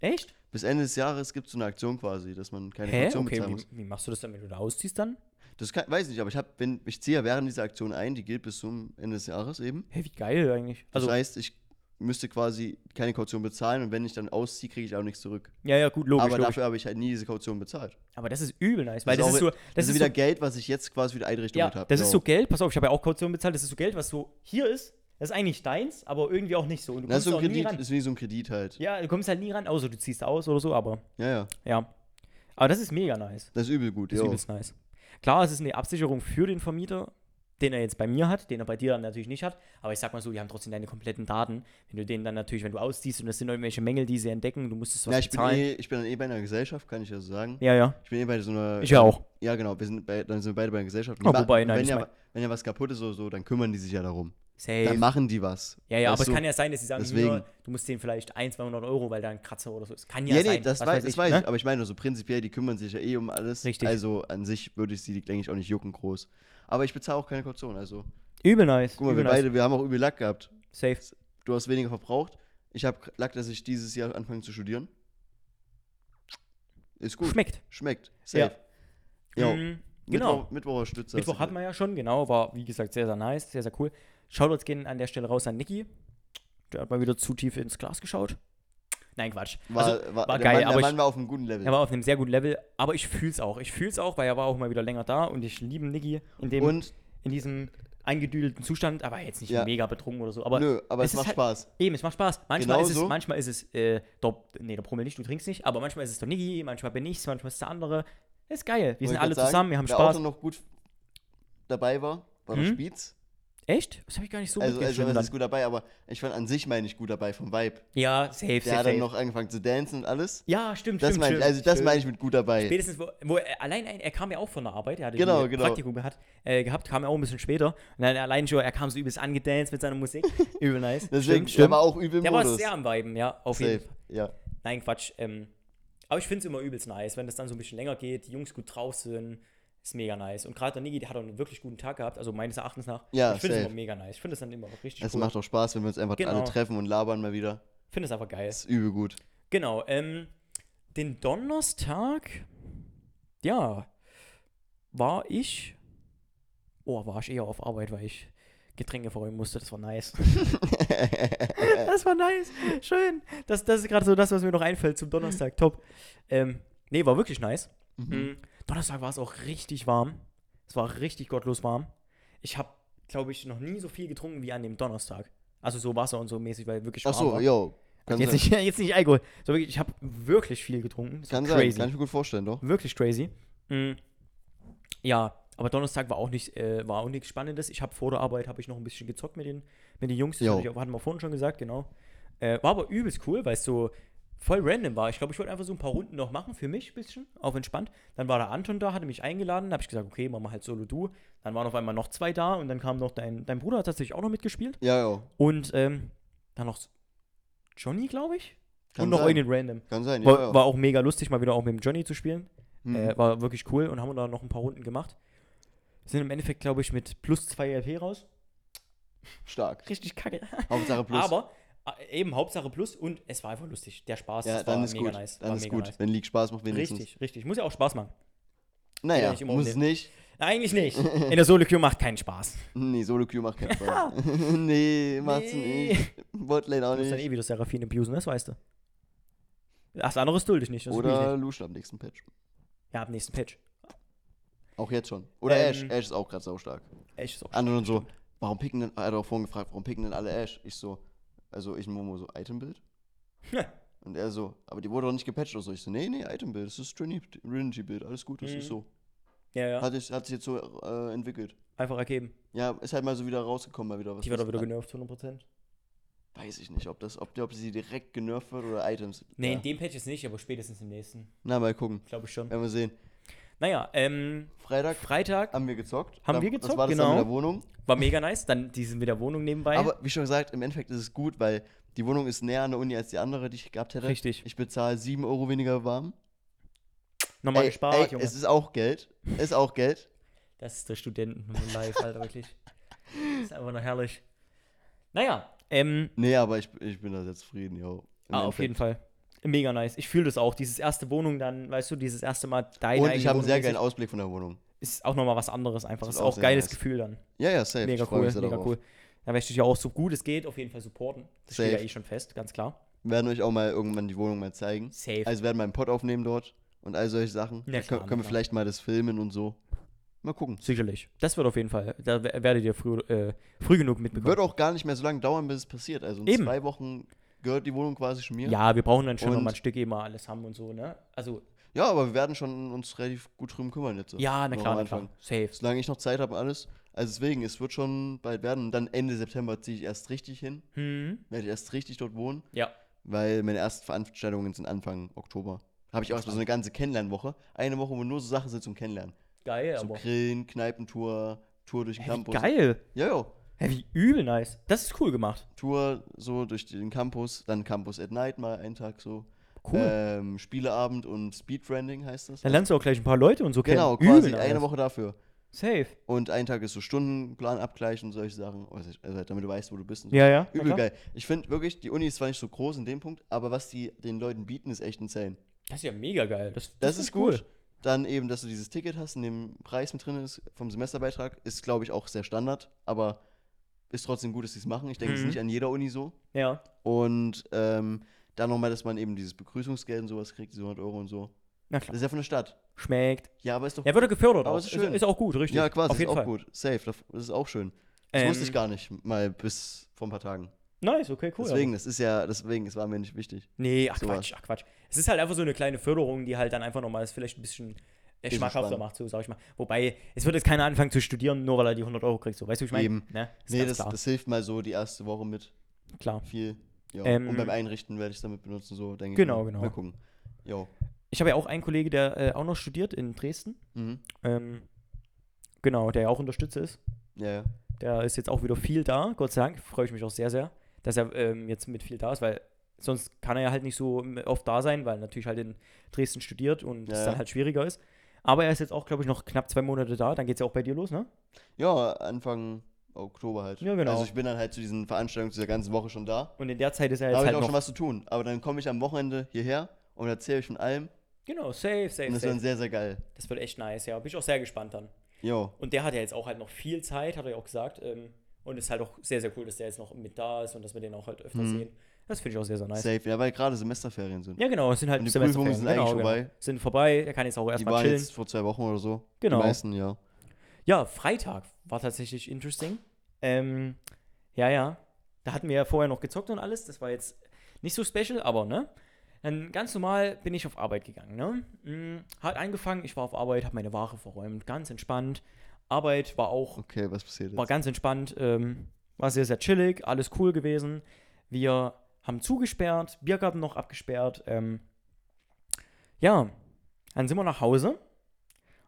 so. Echt? Bis Ende des Jahres gibt es so eine Aktion quasi, dass man keine Hä? Kaution Okay, bezahlen wie, muss. wie machst du das dann, wenn du da ausziehst dann? Das kann, weiß ich nicht, aber ich, hab, wenn, ich ziehe ja während dieser Aktion ein, die gilt bis zum Ende des Jahres eben. Hä, wie geil eigentlich. Das Also, heißt, ich müsste quasi keine Kaution bezahlen und wenn ich dann ausziehe, kriege ich auch nichts zurück. ja, ja, gut, logisch, aber logisch. dafür habe ich halt nie diese Kaution bezahlt. Aber das ist übel nice, weil Das das ist ist auch- so, das, Das, ist ist so wieder Geld, was ich jetzt quasi für die Einrichtung Ja, mit Genau. habe. das ist so Geld, pass auf, ich habe ja auch Kaution bezahlt, das ist so Geld, was so hier ist, das ist eigentlich deins, aber irgendwie auch nicht so. Und du Das ist so kommst ein auch nie Kredit, ran. ist wie so ein Kredit halt. Ja, du kommst halt nie ran, außer du ziehst aus oder so, aber Ja, ja. ja. Aber das ist mega nice. Das ist übel gut. Das ist jo. übelst nice. Klar, es ist eine Absicherung für den Vermieter, den er jetzt bei mir hat, den er bei dir dann natürlich nicht hat, aber ich sag mal so, die haben trotzdem deine kompletten Daten. Wenn du denen dann natürlich, wenn du ausziehst und das sind irgendwelche Mängel, die sie entdecken, du musstest was Na, ich, bin bezahlen. eh, ich bin dann eh bei einer Gesellschaft, kann ich ja so sagen. ja, ja. Ich bin eh bei so einer. Ich ja auch. Ja, genau. Wir sind bei, dann sind wir beide bei einer Gesellschaft. Ja, Wa- wobei, und nein, wenn, ich ja, mein- wa- wenn ja was kaputt ist oder so, dann kümmern die sich ja darum. Dann Safe. machen die was. Ja, ja, Weißt aber es du? kann ja sein, dass sie sagen, Deswegen. hier, du musst den vielleicht 1, 200 Euro, weil da ein Kratzer oder so ist. Kann ja, Ja, sein. nee, das was weiß, das weiß ne? ich. Aber ich meine, so prinzipiell, die kümmern sich ja eh um alles. Richtig. Also an sich würde ich sie, denke ich, auch nicht jucken groß. Aber ich bezahle auch keine Kaution. Also, Übel nice. guck mal, übel wir nice. beide, wir haben auch übel Lack gehabt. Safe. Du hast weniger verbraucht. Ich habe Lack, dass ich dieses Jahr anfange zu studieren. Ist gut. Schmeckt. Schmeckt. Safe. Ja. Mm, genau. Mittwoch, Mittwocher Stütze. also Mittwoch hatten wir ja schon, genau. War, wie gesagt, sehr, sehr nice, sehr, sehr cool. Shoutouts gehen an der Stelle raus an Niki. Der hat mal wieder zu tief ins Glas geschaut. Nein, Quatsch. War, also, war, war der geil, Mann, aber Der ich- Mann war auf einem guten Level. er war auf einem sehr guten Level, aber ich fühl's auch. Ich fühl's auch, weil er war auch mal wieder länger da und ich liebe Niki in, dem, Und, in diesem eingedüdelten Zustand, aber jetzt nicht Ja. mega betrunken oder so. Aber nö, aber es, ist macht halt- Spaß. Eben, es macht Spaß. Manchmal Genau ist es, so. manchmal ist es, äh, der, nee, der Brummel nicht, du trinkst nicht, aber manchmal ist es der Niggi, manchmal bin ich's, manchmal ist der andere. Ist geil. Wir Wollte sind ich alle grad sagen, zusammen, wir haben wer Spaß. auch noch gut dabei war, war der Hm? Spitz. Echt? Das habe ich gar nicht so Also, also mitgeschrieben er ist dann. gut dabei, aber ich fand an sich meine ich gut dabei vom Vibe. Ja, safe, Der safe, hat dann safe. noch angefangen zu dancen und alles. ja, stimmt, Das stimmt, meine ich, stimmt. also das stimmt. meine ich mit gut dabei. Spätestens, wo, wo er, allein, ein- er kam ja auch von der Arbeit, er hatte Genau, die genau. Praktikum gehabt, äh, gehabt, kam ja auch ein bisschen später. Und dann allein schon, er kam so übelst angedanced mit seiner Musik. Übel nice. Deswegen, der war auch übel im der war Modus. sehr am Weiben, ja, auf jeden Safe. Fall. Ja. Nein, Quatsch. Ähm, aber ich finde es immer übelst nice, wenn das dann so ein bisschen länger geht, die Jungs gut drauf sind. Ist mega nice. Und gerade der Niki, der hat auch einen wirklich guten Tag gehabt, also meines Erachtens nach. Ja, ich finde es safe. immer mega nice. Ich finde es dann immer richtig Es cool. macht auch Spaß, wenn wir uns einfach alle Genau. treffen und labern mal wieder. Ich finde es einfach geil. Das ist übel gut. Genau, ähm, den Donnerstag, ja, war ich, oh, war ich eher auf Arbeit, weil ich Getränke verräumen musste, das war nice. Äh. das war nice, schön. Das, das ist gerade so das, was mir noch einfällt zum Donnerstag, top. Ähm, nee, war wirklich nice. Mhm. Donnerstag war es auch richtig warm, es war richtig gottlos warm. Ich habe, glaube ich, noch nie so viel getrunken wie an dem Donnerstag. Also so Wasser und so mäßig, weil wirklich warm Achso, war. yo. Kann, Jetzt sein. nicht, jetzt nicht Alkohol. So, wirklich, ich habe wirklich viel getrunken. Das war kann sein, crazy. kann ich mir gut vorstellen, doch. Wirklich crazy. Mm. Ja, aber Donnerstag war auch nicht, äh, war auch nichts Spannendes. Ich habe vor der Arbeit habe ich noch ein bisschen gezockt mit den, mit den Jungs. Das Jo. hatte ich, auch- hatten wir vorhin schon gesagt, genau. Äh, war aber übelst cool, weil es so voll random war. Ich glaube, ich wollte einfach so ein paar Runden noch machen für mich ein bisschen, auf entspannt. Dann war der Anton da, hatte mich eingeladen, habe ich gesagt, okay, machen wir halt solo du. Dann waren auf einmal noch zwei da und dann kam noch dein, dein Bruder hat tatsächlich auch noch mitgespielt. Ja, yo. Und ähm, dann noch Johnny, glaube ich. Kann und noch sein. irgendein Random. Kann sein, ja. War, ja. war auch mega lustig, mal wieder auch mit dem Johnny zu spielen. Mhm. Äh, war wirklich cool und haben da noch ein paar Runden gemacht. Sind im Endeffekt, glaube ich, mit plus 2 LP raus. Stark. Richtig kacke. Hauptsache plus. Aber äh, eben Hauptsache plus und es war einfach lustig. Der Spaß ja, das dann war ist mega gut. nice. Dann war ist mega gut. nice. Wenn League Spaß macht, wenigstens. Richtig, richtig. Muss ja auch Spaß machen. Naja, Nicht immer muss es nicht. Na, eigentlich nicht. In der solo queue macht keinen Spaß. Nee, Solo-Queue macht keinen Spaß. nee, macht's Ah. Nee. nicht. Botlane auch Du musst dann eh nicht. wieder Seraphine abusen, das weißt du. Ach, das andere ist duldig nicht. Das will ich Oder nicht. Lucian am nächsten Patch. Ja, ab nächsten Patch. Auch jetzt schon. Oder Ähm. Ash. Ash ist auch gerade saustark. Echt so. Andere und so, warum picken denn, er hat auch vorhin gefragt, warum picken denn alle Ash? Ich so, also ich und Momo so, Itembild? Ja. Und er so, aber die wurde doch nicht gepatcht oder so. Ich so, nee, nee, Itembild, das ist Trinity- Trinity-Bild, alles gut, das Mhm. ist so. Ja, ja. Hat, sich- hat sich jetzt so äh, entwickelt. Einfach ergeben. Ja, ist halt mal so wieder rausgekommen, mal wieder was. Die wird was- doch wieder genervt, 100%. Weiß ich nicht, ob, das, ob, ob sie direkt genervt wird oder Items. Nee, ja. in dem Patch jetzt nicht, aber spätestens im nächsten. Na, mal gucken. Glaube ich schon. Werden wir sehen. Naja, ähm, Freitag Freitag haben wir gezockt. Haben wir Das gezockt, war das genau. dann mit der Wohnung. war mega nice. Dann die sind mit der Wohnung nebenbei. Aber wie schon gesagt, im Endeffekt ist es gut, weil die Wohnung ist näher an der Uni als die andere, die ich gehabt hätte. Richtig. Ich bezahle 7 Euro weniger warm. Nochmal Ey, gespart, ey, Junge. Es ist auch Geld. Ist auch Geld. das ist der Studenten live, Alter, wirklich. Das ist einfach nur herrlich. Naja, ähm, Nee, aber ich, ich bin da sehr zufrieden, yo. Im ah, auf jeden Endeffekt. Fall. Mega nice. Ich fühle das auch. Dieses erste Wohnung dann, weißt du, dieses erste Mal deine Und ich habe einen sehr mäßig, geilen Ausblick von der Wohnung. Ist auch nochmal was anderes einfach. Das Ist wird auch auch sehr geiles nice. Gefühl dann. Ja, ja, safe. Mega ich freu cool, mich sehr mega darauf. cool. Da werde ich dich ja auch so gut es geht auf jeden Fall supporten. Das steht ja Safe. eh schon fest, ganz klar. Wir werden euch auch mal irgendwann die Wohnung mal zeigen. Safe. Also werden wir einen Pod aufnehmen dort und all solche Sachen. Ja, Ja, klar, können wir klar. vielleicht mal das filmen und so. Mal gucken. Sicherlich. Das wird auf jeden Fall. Da w- werdet ihr früh, äh, früh genug mitbekommen. Wird auch gar nicht mehr so lange dauern, bis es passiert. Also in Eben. zwei Wochen gehört die Wohnung quasi schon mir. Ja, wir brauchen dann schon Und- nochmal ein Stück immer alles haben und so, ne? Also, Ja, aber wir werden schon uns relativ gut drum kümmern jetzt. so. ja, na Noch klar, am na klar. Anfang. Safe. Solange ich noch Zeit habe und alles. Also deswegen, es wird schon bald werden. Und dann Ende September ziehe ich erst richtig hin. Hm. Werde ich erst richtig dort wohnen, Ja. weil meine ersten Veranstaltungen sind Anfang Oktober. Habe ich auch erstmal so eine ganze Kennenlernwoche. Eine Woche, wo nur so Sachen sind zum Kennenlernen. Geil, Zum aber. Grillen, Kneipentour, Tour durch den Hey, wie Campus. geil. Ja, ja. Hey, wie übel nice. Das ist cool gemacht. Tour so durch den Campus, dann Campus at Night mal einen Tag so. Cool. Ähm, Spieleabend und Speedbranding heißt das. Dann lernst du auch gleich ein paar Leute und so kennen. Genau, quasi nice. eine Woche dafür. Safe. Und ein Tag ist so Stundenplanabgleich und solche Sachen. Also, also damit du weißt, wo du bist. Und so. Ja, ja. na Übel klar. geil. Ich finde wirklich, die Uni ist zwar nicht so groß in dem Punkt, aber was die den Leuten bieten, ist echt insane. Das ist ja mega geil. Das, Das, find ist ich gut. Dann eben, dass du dieses Ticket hast, in dem Preis mit drin ist, vom Semesterbeitrag, ist, glaube ich, auch sehr Standard, aber ist trotzdem gut, dass sie es machen. Ich denke, es Mhm. ist nicht an jeder Uni so. Ja. Und ähm, dann nochmal, dass man eben dieses Begrüßungsgeld und sowas kriegt, diese 100 Euro und so. Na Das klar. ist ja von der Stadt. Schmeckt. Ja, aber ist doch. Ja, wird er gefördert. Aber auch. ist schön. Ist, auch gut, richtig. Ja, quasi, Auf jeden ist auch Fall. gut. Safe, das das ist auch schön. Das Ähm, wusste ich gar nicht mal bis vor ein paar Tagen. Nice, okay, cool. deswegen, das ist ja, deswegen, es war mir nicht wichtig. Nee, ach Sowas. Quatsch, ach Quatsch. Es ist halt einfach so eine kleine Förderung, die halt dann einfach nochmal das vielleicht ein bisschen äh, Bisschen schmackhafter spannend. macht, so sag ich mal. Wobei, es wird jetzt keiner anfangen zu studieren, nur weil er die 100 Euro kriegt, so weißt du, wie ich meine? Eben. Ne? Ist nee, ganz das, klar. das hilft mal so die erste Woche mit klar. viel. Ja. Ähm, und beim Einrichten werde ich es damit benutzen, so denke Genau, ich. mal. genau. Mal gucken. Jo. Ich habe ja auch einen Kollege, der äh, auch noch studiert in Dresden. Mhm. Ähm, genau, der ja auch Unterstützer ist. Ja, ja. Der ist jetzt auch wieder viel da, Gott sei Dank. Freue ich mich auch sehr, sehr, dass er ähm, jetzt mit viel da ist, weil Sonst kann er ja halt nicht so oft da sein, weil er natürlich halt in Dresden studiert und es Ja, dann ja. halt schwieriger ist. Aber er ist jetzt auch, glaube ich, noch knapp zwei Monate da. Dann geht es ja auch bei dir los, ne? Ja, Anfang Oktober halt. Ja, genau. Also ich bin dann halt zu diesen Veranstaltungen zu der ganzen Woche schon da. Und in der Zeit ist Da er jetzt habe ich halt auch schon noch. was zu tun. Aber dann komme ich am Wochenende hierher und erzähle euch von allem. Genau, safe, Und safe, das ist dann safe. sehr, sehr geil. Das wird echt nice, ja. Bin ich auch sehr gespannt dann. Jo. Und der hat ja jetzt auch halt noch viel Zeit, hat er ja auch gesagt. Ähm, und ist halt auch sehr, sehr cool, dass der jetzt noch mit da ist und dass wir den auch halt öfter Mhm. sehen. Das finde ich auch sehr, sehr nice. Safe. Ja, weil gerade Semesterferien sind. Ja, genau, es sind halt Und die Semesterferien. Prüfungen sind eigentlich genau, vorbei. Genau. Sind vorbei, er kann jetzt auch Die erstmal waren chillen. jetzt vor zwei Wochen oder so. Genau. Die meisten, ja. Ja, Freitag war tatsächlich interesting. Ähm, ja, ja. Da hatten wir ja vorher noch gezockt und alles. Das war jetzt nicht so special, aber ne? Dann ganz normal bin ich auf Arbeit gegangen, ne? Hm, Hat angefangen, ich war auf Arbeit, habe meine Ware verräumt, ganz entspannt. Arbeit war auch Okay, was passiert war jetzt? ganz entspannt, ähm, war sehr, sehr chillig, alles cool gewesen. Wir haben zugesperrt, Biergarten noch abgesperrt. Ähm, ja, dann sind wir nach Hause,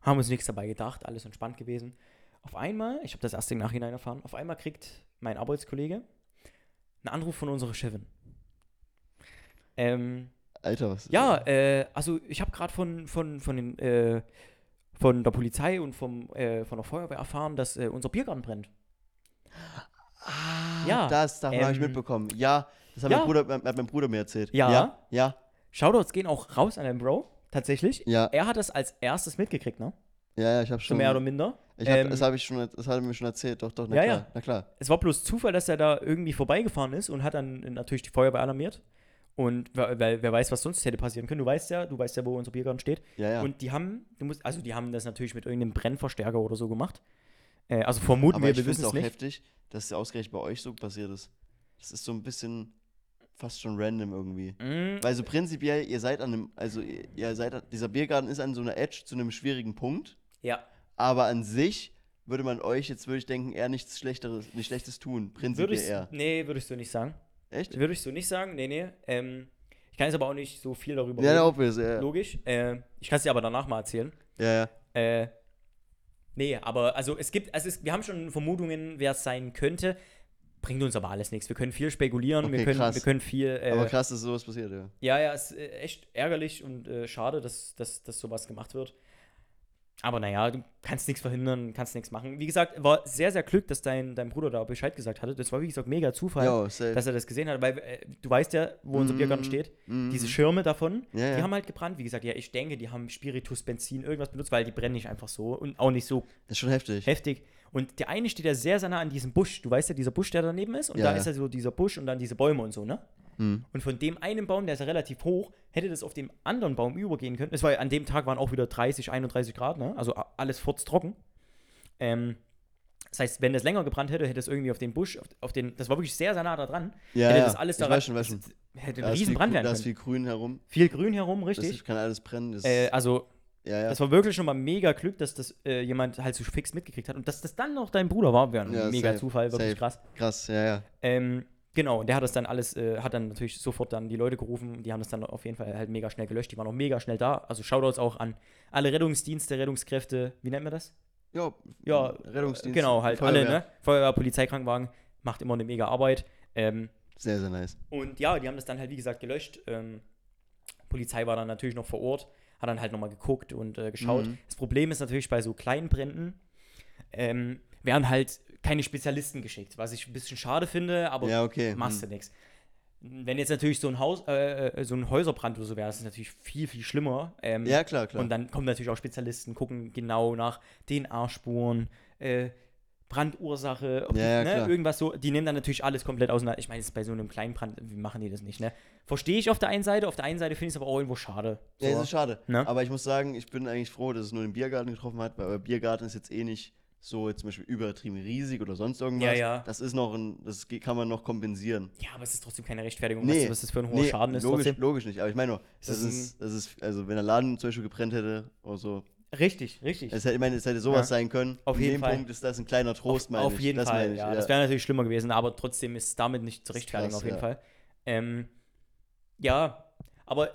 haben uns nichts dabei gedacht, alles entspannt gewesen. Auf einmal, ich habe das erst im Nachhinein erfahren, auf einmal kriegt mein Arbeitskollege einen Anruf von unserer Chefin. Ähm, Alter, was ja, äh, also ich habe gerade von, von, von, den, äh, von der Polizei und vom, äh, von der Feuerwehr erfahren, dass äh, unser Biergarten brennt. Ah, ja, das, davon habe ich ähm, mitbekommen. Ja, das hat, ja. mein Bruder, hat mein Bruder mir erzählt. Ja. Ja, ja. Shoutouts gehen auch raus an den Bro, tatsächlich. Ja, Er hat das als erstes mitgekriegt, ne? ja, ja ich habe So schon. mehr oder minder. ich hab, ähm, das habe ich schon, das hat er mir schon erzählt. Doch, doch, na Ja, klar. ja. Na klar. Es war bloß Zufall, dass er da irgendwie vorbeigefahren ist und hat dann äh, natürlich die Feuerwehr alarmiert. Und wer, wer, wer weiß, was sonst hätte passieren können. Du weißt ja, du weißt ja, wo unser Biergarten steht. Ja, ja. Und die haben, du musst, also die haben das natürlich mit irgendeinem Brennverstärker oder so gemacht. Äh, also vermuten Aber wir, ich wir finde wissen es es auch nicht. heftig, dass es ausgerechnet bei euch so passiert ist. Das ist so ein bisschen fast schon random irgendwie. Mm, Weil so prinzipiell, ihr seid an einem, also ihr, ihr seid, an- dieser Biergarten ist an so einer Edge zu einem schwierigen Punkt. ja, Aber an sich würde man euch jetzt, würde ich denken, eher nichts Schlechteres, nichts Schlechtes tun. würde Prinzipiell ich, eher. nee, würde ich so nicht sagen. Echt? Würde ich so nicht sagen, nee, nee. Ähm, ich kann jetzt aber auch nicht so viel darüber Ja, ja, reden, obvious, ja, ja. logisch. Äh, ich kann es dir aber danach mal erzählen. ja, ja. Äh, nee, aber also es gibt, also es, wir haben schon Vermutungen, wer es sein könnte. Bringt uns aber alles nichts. Wir können viel spekulieren, wir, Okay, können, krass. wir können viel. Aber Äh, krass, dass sowas passiert, ja. ja, ja, ist äh, echt ärgerlich und äh, schade, dass, dass, dass sowas gemacht wird. Aber naja, du kannst nichts verhindern, kannst nichts machen. Wie gesagt, war sehr, sehr Glück, dass dein, dein Bruder da Bescheid gesagt hatte. Das war, wie gesagt, mega Zufall, Jo, safe. dass er das gesehen hat, weil äh, du weißt ja, wo unser Biergarten Mm, steht. mm, Diese Schirme davon, Ja, die ja. haben halt gebrannt. Wie gesagt, ja, ich denke, die haben Spiritus, Benzin, irgendwas benutzt, weil die brennen nicht einfach so und auch nicht so das ist schon heftig. heftig. Und der eine steht ja sehr, sehr nah an diesem Busch. Du weißt ja, dieser Busch, der daneben ist. Und Ja, da ja. ist ja so dieser Busch und dann diese Bäume und so, ne? Hm. Und von dem einen Baum, der ist ja relativ hoch, hätte das auf dem anderen Baum übergehen können. Es war ja, an dem Tag waren auch wieder 30, 31 Grad, ne? Also a- alles furztrocken. Ähm, das heißt, wenn das länger gebrannt hätte, hätte es irgendwie auf den Busch, auf, auf den, das war wirklich sehr, sehr nah da dran. Ja, hätte ja. das alles ich da weiß schon, weiß schon. Hätte Da ein ist viel Riesenbrand Grün- werden Da können. ist Viel, viel Grün herum. Grün herum, richtig. Das kann alles brennen. Das, Äh, also ja, ja. das war wirklich schon mal mega Glück, dass das äh, jemand halt so fix mitgekriegt hat. Und dass das dann noch dein Bruder war, wäre ein Ja, mega safe, Zufall, safe. wirklich krass. krass, ja, ja. Ähm, genau, und der hat das dann alles, äh, hat dann natürlich sofort dann die Leute gerufen. Die haben das dann auf jeden Fall halt mega schnell gelöscht. Die waren auch mega schnell da. Also Shoutouts auch an alle Rettungsdienste, Rettungskräfte, wie nennt man das? Ja, Ja, Rettungsdienst. genau, halt Feuerwehr. alle, ne? Feuerwehr, Polizei, Krankenwagen, macht immer eine mega Arbeit. Ähm, Sehr, sehr nice. und ja, die haben das dann halt, wie gesagt, gelöscht. Ähm, Polizei war dann natürlich noch vor Ort, hat dann halt nochmal geguckt und äh, geschaut. Mhm. Das Problem ist natürlich bei so kleinen Bränden, ähm, werden halt keine Spezialisten geschickt, was ich ein bisschen schade finde, aber Ja, okay. Mhm. machst du nichts. Wenn jetzt natürlich so ein Haus, äh, äh, so ein Häuserbrand oder so wäre, das ist natürlich viel, viel schlimmer. Ähm, Hm. Ja, klar, klar. und dann kommen natürlich auch Spezialisten, gucken genau nach DNA-Spuren, äh, Brandursache, ob Ja, ja, die, ne, klar. irgendwas so. Die nehmen dann natürlich alles komplett auseinander. Ich meine, jetzt bei so einem kleinen Brand, wie machen die das nicht, ne? Verstehe ich auf der einen Seite, auf der einen Seite finde ich es aber auch irgendwo schade. ja, es So. ist schade. Ne? Aber ich muss sagen, ich bin eigentlich froh, dass es nur den Biergarten getroffen hat, weil euer Biergarten ist jetzt eh nicht so jetzt zum Beispiel übertrieben riesig oder sonst irgendwas. Ja, ja. Das ist noch ein, das ge- kann man noch kompensieren. ja, aber es ist trotzdem keine Rechtfertigung, weißt du, was das für ein hoher nee, Schaden ist. logisch, Trotzdem. logisch nicht. Aber ich meine nur, Es das ist ist, das ist, also wenn der Laden zum Beispiel gebrennt hätte oder so, Richtig, richtig. es hätte, ich meine, es hätte sowas Ja. sein können. Auf In jeden dem Fall. Punkt ist das ein kleiner Trost, meine ich. auf jeden das Fall, meine ich, ja. Das wäre natürlich schlimmer gewesen, aber trotzdem ist damit nicht zu Das ist rechtfertigen, krass, auf jeden ja. Fall. Ähm, ja, aber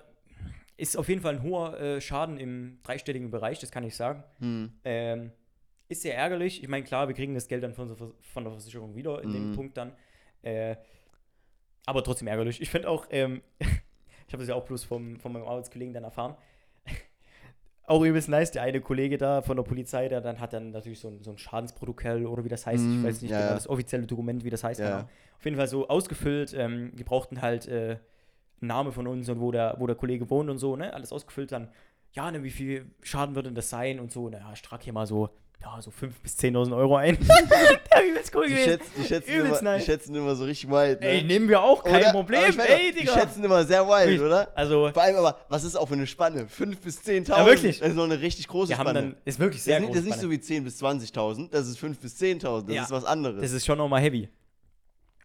ist auf jeden Fall ein hoher äh, Schaden im dreistelligen Bereich, das kann ich sagen. Hm. Ähm, ist sehr ärgerlich. Ich meine, klar, wir kriegen das Geld dann von, so- von der Versicherung wieder in dem Mhm. Punkt dann. Äh, Aber trotzdem ärgerlich. Ich finde auch, ähm, ich habe das ja auch bloß vom, von meinem Arbeitskollegen dann erfahren. Auch übelst nice, der eine Kollege da von der Polizei, der dann hat dann natürlich so ein, so ein Schadensprotokoll oder wie das heißt, ich Mm, weiß nicht ja, genau, ja. das offizielle Dokument, wie das heißt. Ja, Genau. ja. Auf jeden Fall so ausgefüllt, ähm, wir brauchten halt äh, einen Namen von uns und wo der, wo der Kollege wohnt und so, ne, alles ausgefüllt dann. Ja, ne, wie viel Schaden würde denn das sein und so, naja, ich trag hier mal so, ja, so 5.000 bis 10.000 Euro ein. der hat übelst cool Die, gewesen. schätzen, die, schätzen Übelst immer, nice. die schätzen immer so richtig weit. Ne? Ey, nehmen wir auch, kein Oder? Aber Problem, ich weiß ey, doch, Digga. Die schätzen immer sehr wild, oder? Also, Vor allem aber, was ist auch für eine Spanne? 5.000 bis 10.000. Ja, wirklich. Das ist noch eine richtig große wir haben Spanne. dann, ist wirklich das sehr ist, nicht, groß. das ist nicht so wie 10.000 bis 20.000, das ist 5.000 bis 10.000, das Ja. ist was anderes. das ist schon nochmal heavy.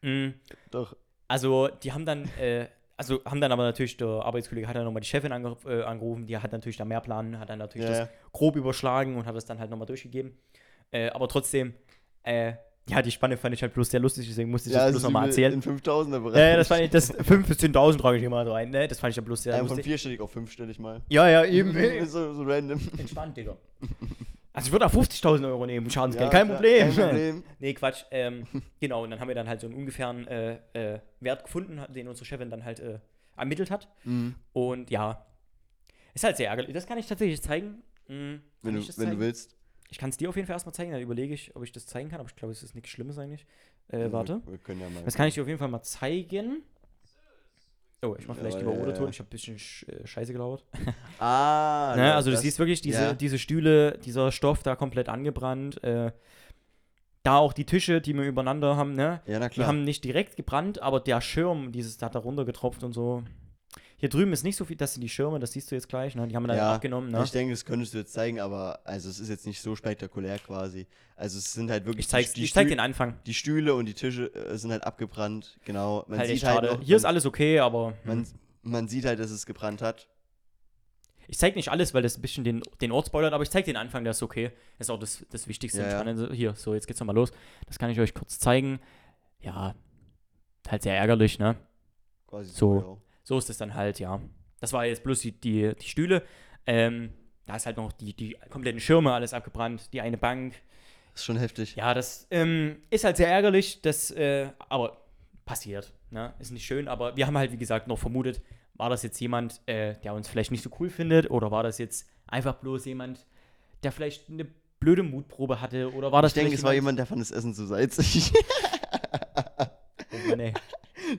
Mhm. Doch. Also, die haben dann, äh, also haben dann aber natürlich, der Arbeitskollege hat dann nochmal die Chefin ange äh, angerufen, die hat natürlich da mehr Plan, hat dann natürlich Ja, ja. das grob überschlagen und hat das dann halt nochmal durchgegeben. Äh, aber trotzdem, äh, ja, die Spanne fand ich halt bloß sehr lustig, deswegen musste ich das bloß ist nochmal übel erzählen. Im 5000er Bereich. Ja, ja, das fand ich, das 5.000 bis 10.000 trage ich immer so ein, ne? Das fand ich ja bloß sehr ja, von lustig. vierstellig auf fünfstellig mal. Ja, ja, eben. so, so random. Entspannt, Digga. Also ich würde auch 50.000 Euro nehmen, Schadensgeld, Ja, kein, klar, Problem. Kein Problem. Nee, Quatsch. Ähm, genau, und dann haben wir dann halt so einen ungefähren äh, äh, Wert gefunden, den unsere Chefin dann halt äh, ermittelt hat. Mhm. Und ja, ist halt sehr ärgerlich. Das kann ich tatsächlich zeigen. Mhm. Wenn, Kann du, ich das wenn du zeigen? willst. Ich kann es dir auf jeden Fall erstmal zeigen, dann überlege ich, ob ich das zeigen kann, aber ich glaube, es ist nichts Schlimmes eigentlich. Äh, Also, warte. Wir, wir können ja mal. Das kann ich dir auf jeden Fall mal zeigen. Oh, ich mache Ja, äh, vielleicht ja, lieber ja, Oderton. ja. Ich habe ein bisschen Sch äh, Scheiße gelauert. Ah, Ne? ja, Also du das- siehst wirklich diese, ja. diese Stühle, dieser Stoff da komplett angebrannt. Äh, da auch die Tische, die wir übereinander haben, ne? Ja, na Die klar. haben nicht direkt gebrannt, aber der Schirm, dieses, der hat da runtergetropft und so. Hier drüben ist nicht so viel, das sind die Schirme, das siehst du jetzt gleich, ne? Die haben wir dann ja, abgenommen, ne? Ich denke, das könntest du jetzt zeigen, aber also es ist jetzt nicht so spektakulär quasi. Also es sind halt wirklich Ich, zeig's, die, ich zeig Stühl- den Anfang. die Stühle und die Tische äh, sind halt abgebrannt. Genau. Man Halt echt sieht halt schade. noch, Hier ist man, alles okay, aber man, man sieht halt, dass es gebrannt hat. ich zeig nicht alles, weil das ein bisschen den, den Ort spoilert, aber ich zeig den Anfang, der ist okay. Das ist auch das, das Wichtigste und Ja, ja. Spannende. Hier, so, jetzt geht's nochmal los. Das kann ich euch kurz zeigen. Ja, halt sehr ärgerlich, ne? Quasi So. ja. So ist es dann halt, ja. Das war jetzt bloß die, die, die Stühle. Ähm, da ist halt noch die, die kompletten Schirme, alles abgebrannt, die eine Bank. Ist schon heftig. Ja, das ähm, ist halt sehr ärgerlich, das, äh, aber passiert. Ne? Ist nicht schön, aber wir haben halt, wie gesagt, noch vermutet, war das jetzt jemand, äh, der uns vielleicht nicht so cool findet oder war das jetzt einfach bloß jemand, der vielleicht eine blöde Mutprobe hatte oder war das ich denke, es vielleicht war jemand, der fand das Essen zu salzig. Oh Mann, ey.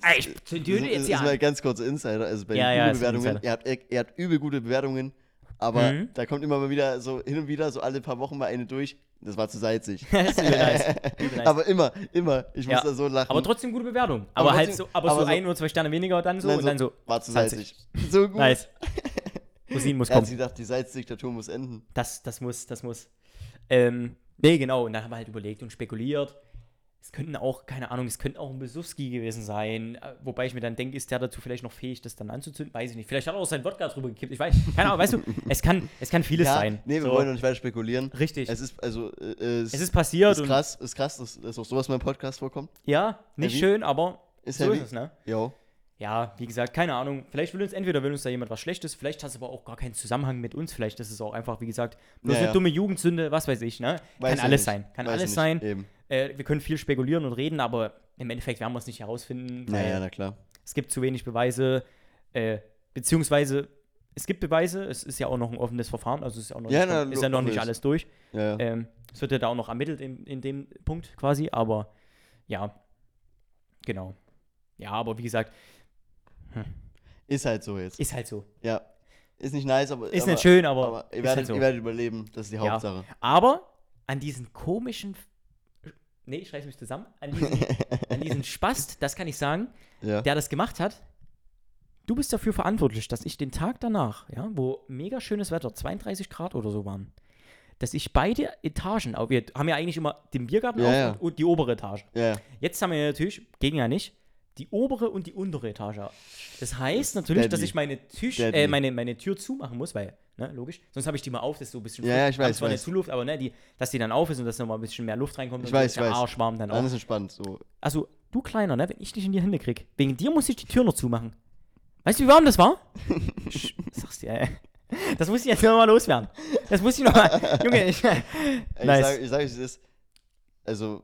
Ey, ich Das zünde ist, jetzt ist ja mal an. ganz kurzer Insider. Also bei Ja, den ja, ist ein Google-Bewertungen, Insider. ihr habt, ihr, ihr habt übel gute Bewertungen, aber Mhm. da kommt immer mal wieder so hin und wieder, so alle paar Wochen mal eine durch. Das war zu salzig. Das ist übel nice. Übel nice. Aber immer, immer. Ich Ja, muss da so lachen. Aber trotzdem gute Bewertung. Aber, Aber halt so, trotzdem- aber, aber so so- ein oder zwei Sterne weniger dann so Nein, und dann so. War zu 20. salzig. So gut. Nice. Rosinen muss Er hat kommen. sich gedacht, die Salzdiktatur muss enden. Das, das muss, das muss. Ähm, nee, genau. Und dann haben wir halt überlegt und spekuliert. Es könnten auch, keine Ahnung, es könnte auch ein Besuski gewesen sein. Äh, Wobei ich mir dann denke, ist der dazu vielleicht noch fähig, das dann anzuzünden? Weiß ich nicht. Vielleicht hat er auch seinen Wodka drüber gekippt. Ich weiß, keine Ahnung, weißt du, es kann, es kann vieles sein. nee, wir So, wollen doch nicht weiter spekulieren. Richtig. Es ist, also, äh, es, Es ist passiert ist und krass, ist krass, dass, dass auch sowas mal im Podcast vorkommt. ja, nicht Heavy. schön, aber Ist so heavy. ist es, ne? Jo. Ja, wie gesagt, keine Ahnung. Vielleicht will uns entweder will uns da jemand was Schlechtes, vielleicht hat es aber auch gar keinen Zusammenhang mit uns. Vielleicht ist es auch einfach, wie gesagt, bloß Ja, eine ja. dumme Jugendsünde, was weiß ich, ne? Weiß kann ich alles nicht. sein. Kann Weiß ich alles nicht. sein. Eben. Äh, wir können viel spekulieren und reden, aber im Endeffekt werden wir es nicht herausfinden, weil Naja, na klar. es gibt zu wenig Beweise, äh, beziehungsweise es gibt Beweise, es ist ja auch noch ein offenes Verfahren, also es ist ja auch noch, Ja, nicht, na, kom- ist ja noch nicht logisch. alles durch. Ja, ja. Ähm, es wird ja da auch noch ermittelt in, in dem Punkt quasi, aber ja, genau. Ja, aber wie gesagt, Ist halt so jetzt. ist halt so. Ja. Ist nicht nice, aber. Ist aber, nicht schön, aber, Aber ihr ist werdet, halt so. ihr werdet überleben, das ist die Ja. Hauptsache. Aber an diesen komischen. Nee, ich schreibe mich zusammen. An diesen, an diesen Spast, das kann ich sagen, Ja. der das gemacht hat. Du bist dafür verantwortlich, dass ich den Tag danach, ja, wo mega schönes Wetter, 32 Grad oder so waren, dass ich beide Etagen, aber wir haben ja eigentlich immer den Biergarten Ja, auf ja. Und, und die obere Etage. ja. Jetzt haben wir natürlich, ging ja nicht, die obere und die untere Etage. Das heißt natürlich, dass deadly. ich meine, Tisch, Deadly. äh, meine, meine Tür zumachen muss, weil, ne, logisch, sonst habe ich die mal auf, das ist so ein bisschen Ja, ja, ich weiß, Haben zwar ich eine weiß. Zuluft, aber ne, die, dass die dann auf ist und dass nochmal ein bisschen mehr Luft reinkommt Ich und weiß, so, ich der weiß. Arschwarm dann Dann auch. ist entspannt. So. Also, du Kleiner, ne, wenn ich dich in die Hände krieg, wegen dir muss ich die Tür noch zumachen. Weißt du, wie warm das war? Sch- Sag's dir, ey. Das muss ich jetzt nochmal loswerden. Das muss ich nochmal. Junge, ich. Ey, Nice. Ich sage, ich sag, euch, es ist. Also,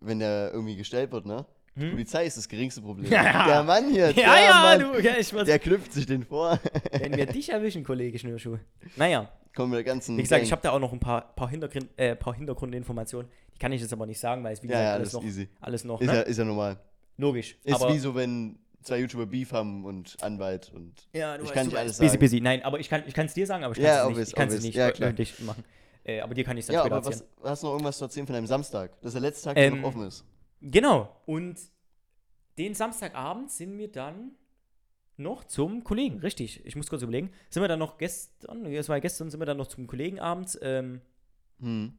wenn der irgendwie gestellt wird, ne? Die Polizei ist das geringste Problem. Hm? Ja. Der Mann hier, der, Ja, ja, Mann, du, ja, ich weiß. der knüpft sich den vor. Wenn wir dich erwischen, Kollege Schnürschuh. Naja, Kommen wir der ganzen. wie gesagt, ich Gang. habe da auch noch ein paar, paar, Hintergrund, äh, paar Hintergrundinformationen. Die kann ich jetzt aber nicht sagen, weil es, wie Ja, gesagt, ja, alles alles, noch, easy. alles noch, Ist ne? ja, ist ja normal. Logisch. Ist aber, wie so, wenn zwei YouTuber Beef haben und Anwalt und. ja, ich kann du nicht alles busy, sagen. busy. Nein, aber ich kann es dir sagen, aber ich kann es Ja, nicht, obvious, ich kann's obvious. nicht Ja, klar. öffentlich machen. Äh, aber dir kann ich dann Ja, später aber erzählen. was, hast du noch irgendwas zu erzählen von deinem Samstag? Das ist der letzte Tag, der Ähm, noch offen ist. Genau. Und den Samstagabend sind wir dann noch zum Kollegen, richtig. Ich muss kurz überlegen. Sind wir dann noch gestern, das war gestern, sind wir dann noch zum Kollegen abends. Ähm, Hm.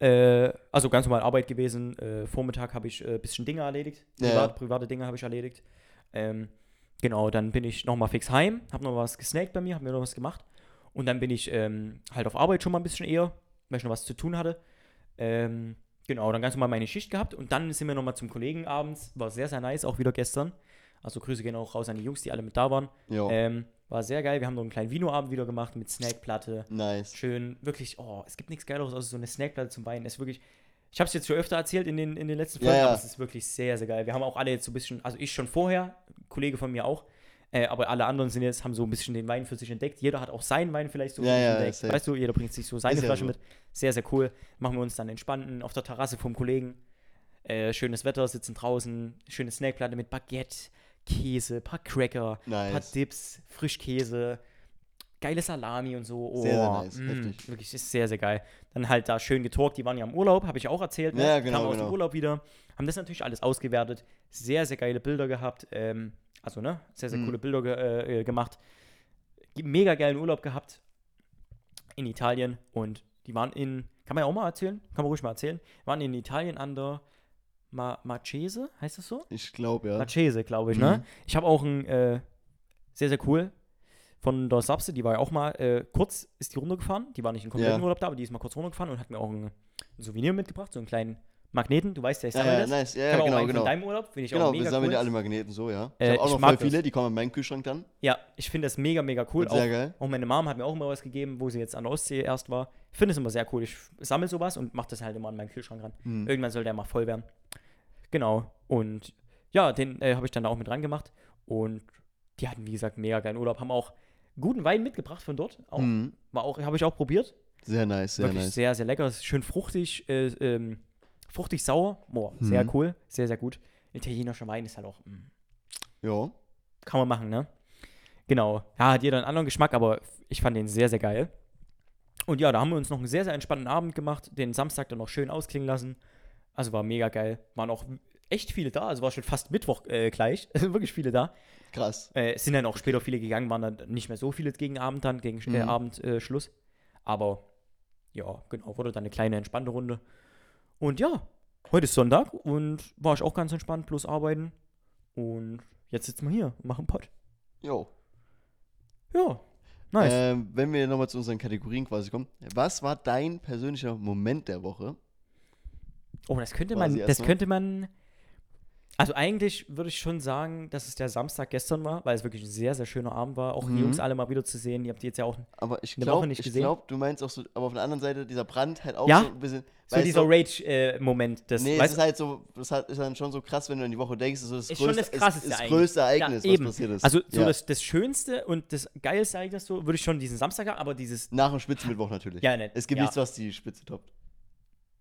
äh, also ganz normal Arbeit gewesen. Äh, Vormittag habe ich ein äh, bisschen Dinge erledigt. Ja, ja. Privat, Private Dinge habe ich erledigt. Ähm, genau, dann bin ich nochmal fix heim, habe noch was gesnackt bei mir, habe mir noch was gemacht. Und dann bin ich ähm, halt auf Arbeit schon mal ein bisschen eher, weil ich noch was zu tun hatte. Ähm, genau, dann ganz normal meine Schicht gehabt und dann sind wir nochmal zum Kollegen abends. War sehr, sehr nice, auch wieder gestern. Also Grüße gehen auch raus an die Jungs, die alle mit da waren. Jo, Ähm, war sehr geil. Wir haben noch einen kleinen Vinoabend wieder gemacht mit Snackplatte nice. schön, wirklich, oh, es gibt nichts Geileres außer so eine Snackplatte zum Weinen. Es ist wirklich, ich habe es jetzt schon öfter erzählt in den, in den letzten Ja, Folgen, ja. aber es ist wirklich sehr, sehr geil. Wir haben auch alle jetzt so ein bisschen, also ich schon vorher, ein Kollege von mir auch, äh, aber alle anderen sind jetzt, haben so ein bisschen den Wein für sich entdeckt. Jeder hat auch seinen Wein vielleicht so für Ja, sich ja, entdeckt. safe. Weißt du, jeder bringt sich so seine Ist ja Flasche so. mit. Sehr, sehr cool. Machen wir uns dann entspannten auf der Terrasse vom Kollegen. Äh, schönes Wetter, sitzen draußen, schöne Snackplatte mit Baguette, Käse, paar Cracker, paar Nice. Dips, Frischkäse, geile Salami und so. Oh, Sehr, sehr nice, mm, heftig. Wirklich ist sehr, sehr geil. Dann halt da schön getalkt, die waren ja im Urlaub, habe ich auch erzählt. Ne? Ja, genau, Kamen aus genau. dem Urlaub wieder, haben das natürlich alles ausgewertet. Sehr, sehr geile Bilder gehabt. Ähm, also, ne, sehr, sehr Mhm. coole Bilder ge äh, äh, gemacht. Ge- Mega geilen Urlaub gehabt in Italien und die waren in, kann man ja auch mal erzählen, kann man ruhig mal erzählen, waren in Italien an der Ma Marchese, heißt das so? Ich glaube, ja. Marchese, glaube ich, Mhm. ne? Ich habe auch ein, äh, sehr, sehr cool, von der Subse, die war ja auch mal, äh, kurz ist die runtergefahren, die war nicht im kompletten Ja. Urlaub da, aber die ist mal kurz runtergefahren und hat mir auch ein, ein Souvenir mitgebracht, so einen kleinen Magneten, du weißt ja, ich Ja, sammle ja, das. nice. Ja, ich ja habe auch genau, einen genau. von deinem Urlaub, finde ich auch Genau, mega wir sammeln cool. ja alle Magneten so, ja. Ich Äh, habe auch noch ich voll mag das. viele, die kommen in meinen Kühlschrank dann. Ja, ich finde das mega, mega cool. Wird sehr Auch, geil. auch meine Mom hat mir auch immer was gegeben, wo sie jetzt an der Ostsee erst war. Ich finde es immer sehr cool. Ich sammle sowas und mache das halt immer an meinen Kühlschrank ran. Hm. Irgendwann soll der mal voll werden. Genau. Und ja, den äh, habe ich dann da auch mit dran gemacht. Und die hatten, wie gesagt, mega geilen Urlaub. Haben auch guten Wein mitgebracht von dort. Auch, Mhm. war auch, habe ich auch probiert. Sehr nice, sehr Wirklich nice. sehr, sehr lecker. Ist Schön fruchtig, äh, ähm, fruchtig sauer. Boah, sehr Mhm. cool. Sehr, sehr gut. Italienischer Wein ist halt auch. mm, ja. kann man machen, ne? Genau. Ja, hat jeder einen anderen Geschmack, aber ich fand den sehr, sehr geil. Und ja, da haben wir uns noch einen sehr, sehr entspannten Abend gemacht, den Samstag dann noch schön ausklingen lassen. Also war mega geil. Waren auch echt viele da, also war schon fast Mittwoch äh, gleich. Es sind wirklich viele da. Krass. Äh, es sind dann auch später viele gegangen, waren dann nicht mehr so viele gegen Abend dann, gegen äh, Mhm. Abend äh, Schluss. Aber ja, genau, wurde dann eine kleine entspannte Runde. Und ja, heute ist Sonntag und war ich auch ganz entspannt, bloß arbeiten. Und jetzt sitzen wir hier und machen Pod. Jo. Ja, nice. Ähm, wenn wir nochmal zu unseren Kategorien quasi kommen. Was war dein persönlicher Moment der Woche? oh, das könnte quasi man, das erstmal. könnte man. Also eigentlich würde ich schon sagen, dass es der Samstag gestern war, weil es wirklich ein sehr, sehr schöner Abend war. Auch die Mhm. Jungs alle mal wieder zu sehen. Ihr habt die jetzt ja auch Aber ich Eine glaube, Woche nicht ich gesehen. glaube, du meinst auch so, aber auf der anderen Seite, dieser Brand halt auch Ja. so ein bisschen. so weißt dieser du, Rage-Moment. das Nee, es weißt, ist halt so, das hat, ist dann schon so krass, wenn du an die Woche denkst, das ist das Ist schon größte, das Krasseste ist, ist eigentlich. größte Ereignis, ja, eben. was passiert ist. Also so ja. das, das Schönste und das geilste Ereignis so, würde ich schon diesen Samstag haben, aber dieses. Nach dem Spitzenmittwoch natürlich. Ja, ne, Es gibt ja. nichts, was die Spitze toppt.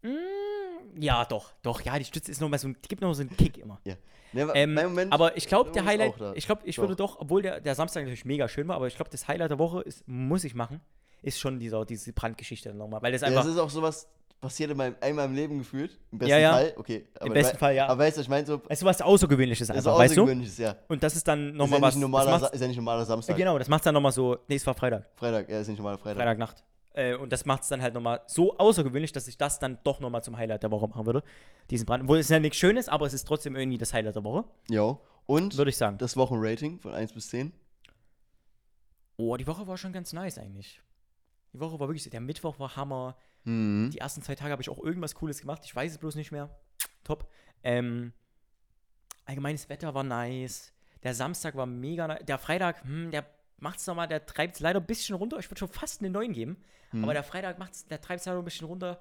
Mm, ja, doch, doch, ja, die Stütze ist nochmal so, ein- die gibt noch so einen Kick immer. Ja. Ne, wa- Ähm, mein Moment, aber ich glaube, mein der Moment ist auch Highlight, da. ich glaube, ich Doch. würde doch, obwohl der, der Samstag natürlich mega schön war, aber ich glaube, das Highlight der Woche ist, muss ich machen, ist schon dieser, diese Brandgeschichte nochmal, weil das ja, einfach, das ist auch sowas, passiert in meinem, einmal im Leben gefühlt. Im besten Ja, ja. Fall. Okay. aber besten wei- Fall, ja. Aber weißt du, ich meine so, weißt du, was Außergewöhnliches das ist einfach, weißt du? außergewöhnlich, ist, ja. Ist Und das ist dann ja, nochmal was, nicht ein normaler, das Sa- macht's- ist ja nicht ein normaler Samstag. genau, das macht dann nochmal so, nee, es war Freitag, Freitag, ja, ist nicht ein normaler Freitag. Freitagnacht. Äh, und das macht es dann halt nochmal so außergewöhnlich, dass ich das dann doch nochmal zum Highlight der Woche machen würde, diesen Brand, obwohl es ja nichts Schönes, aber es ist trotzdem irgendwie das Highlight der Woche, Jo. Und würde ich sagen. das Wochenrating von 1 bis 10. Oh, die Woche war schon ganz nice eigentlich. Die Woche war wirklich, der Mittwoch war Hammer, Mhm. Die ersten zwei Tage habe ich auch irgendwas Cooles gemacht. Ich weiß es bloß nicht mehr. Top. Ähm, allgemeines Wetter war nice. Der Samstag war mega nice. Der Freitag, hm, der macht's nochmal, der treibt es leider ein bisschen runter. Ich würde schon fast eine 9 geben. Mhm. Aber der Freitag macht's, der treibt es leider ein bisschen runter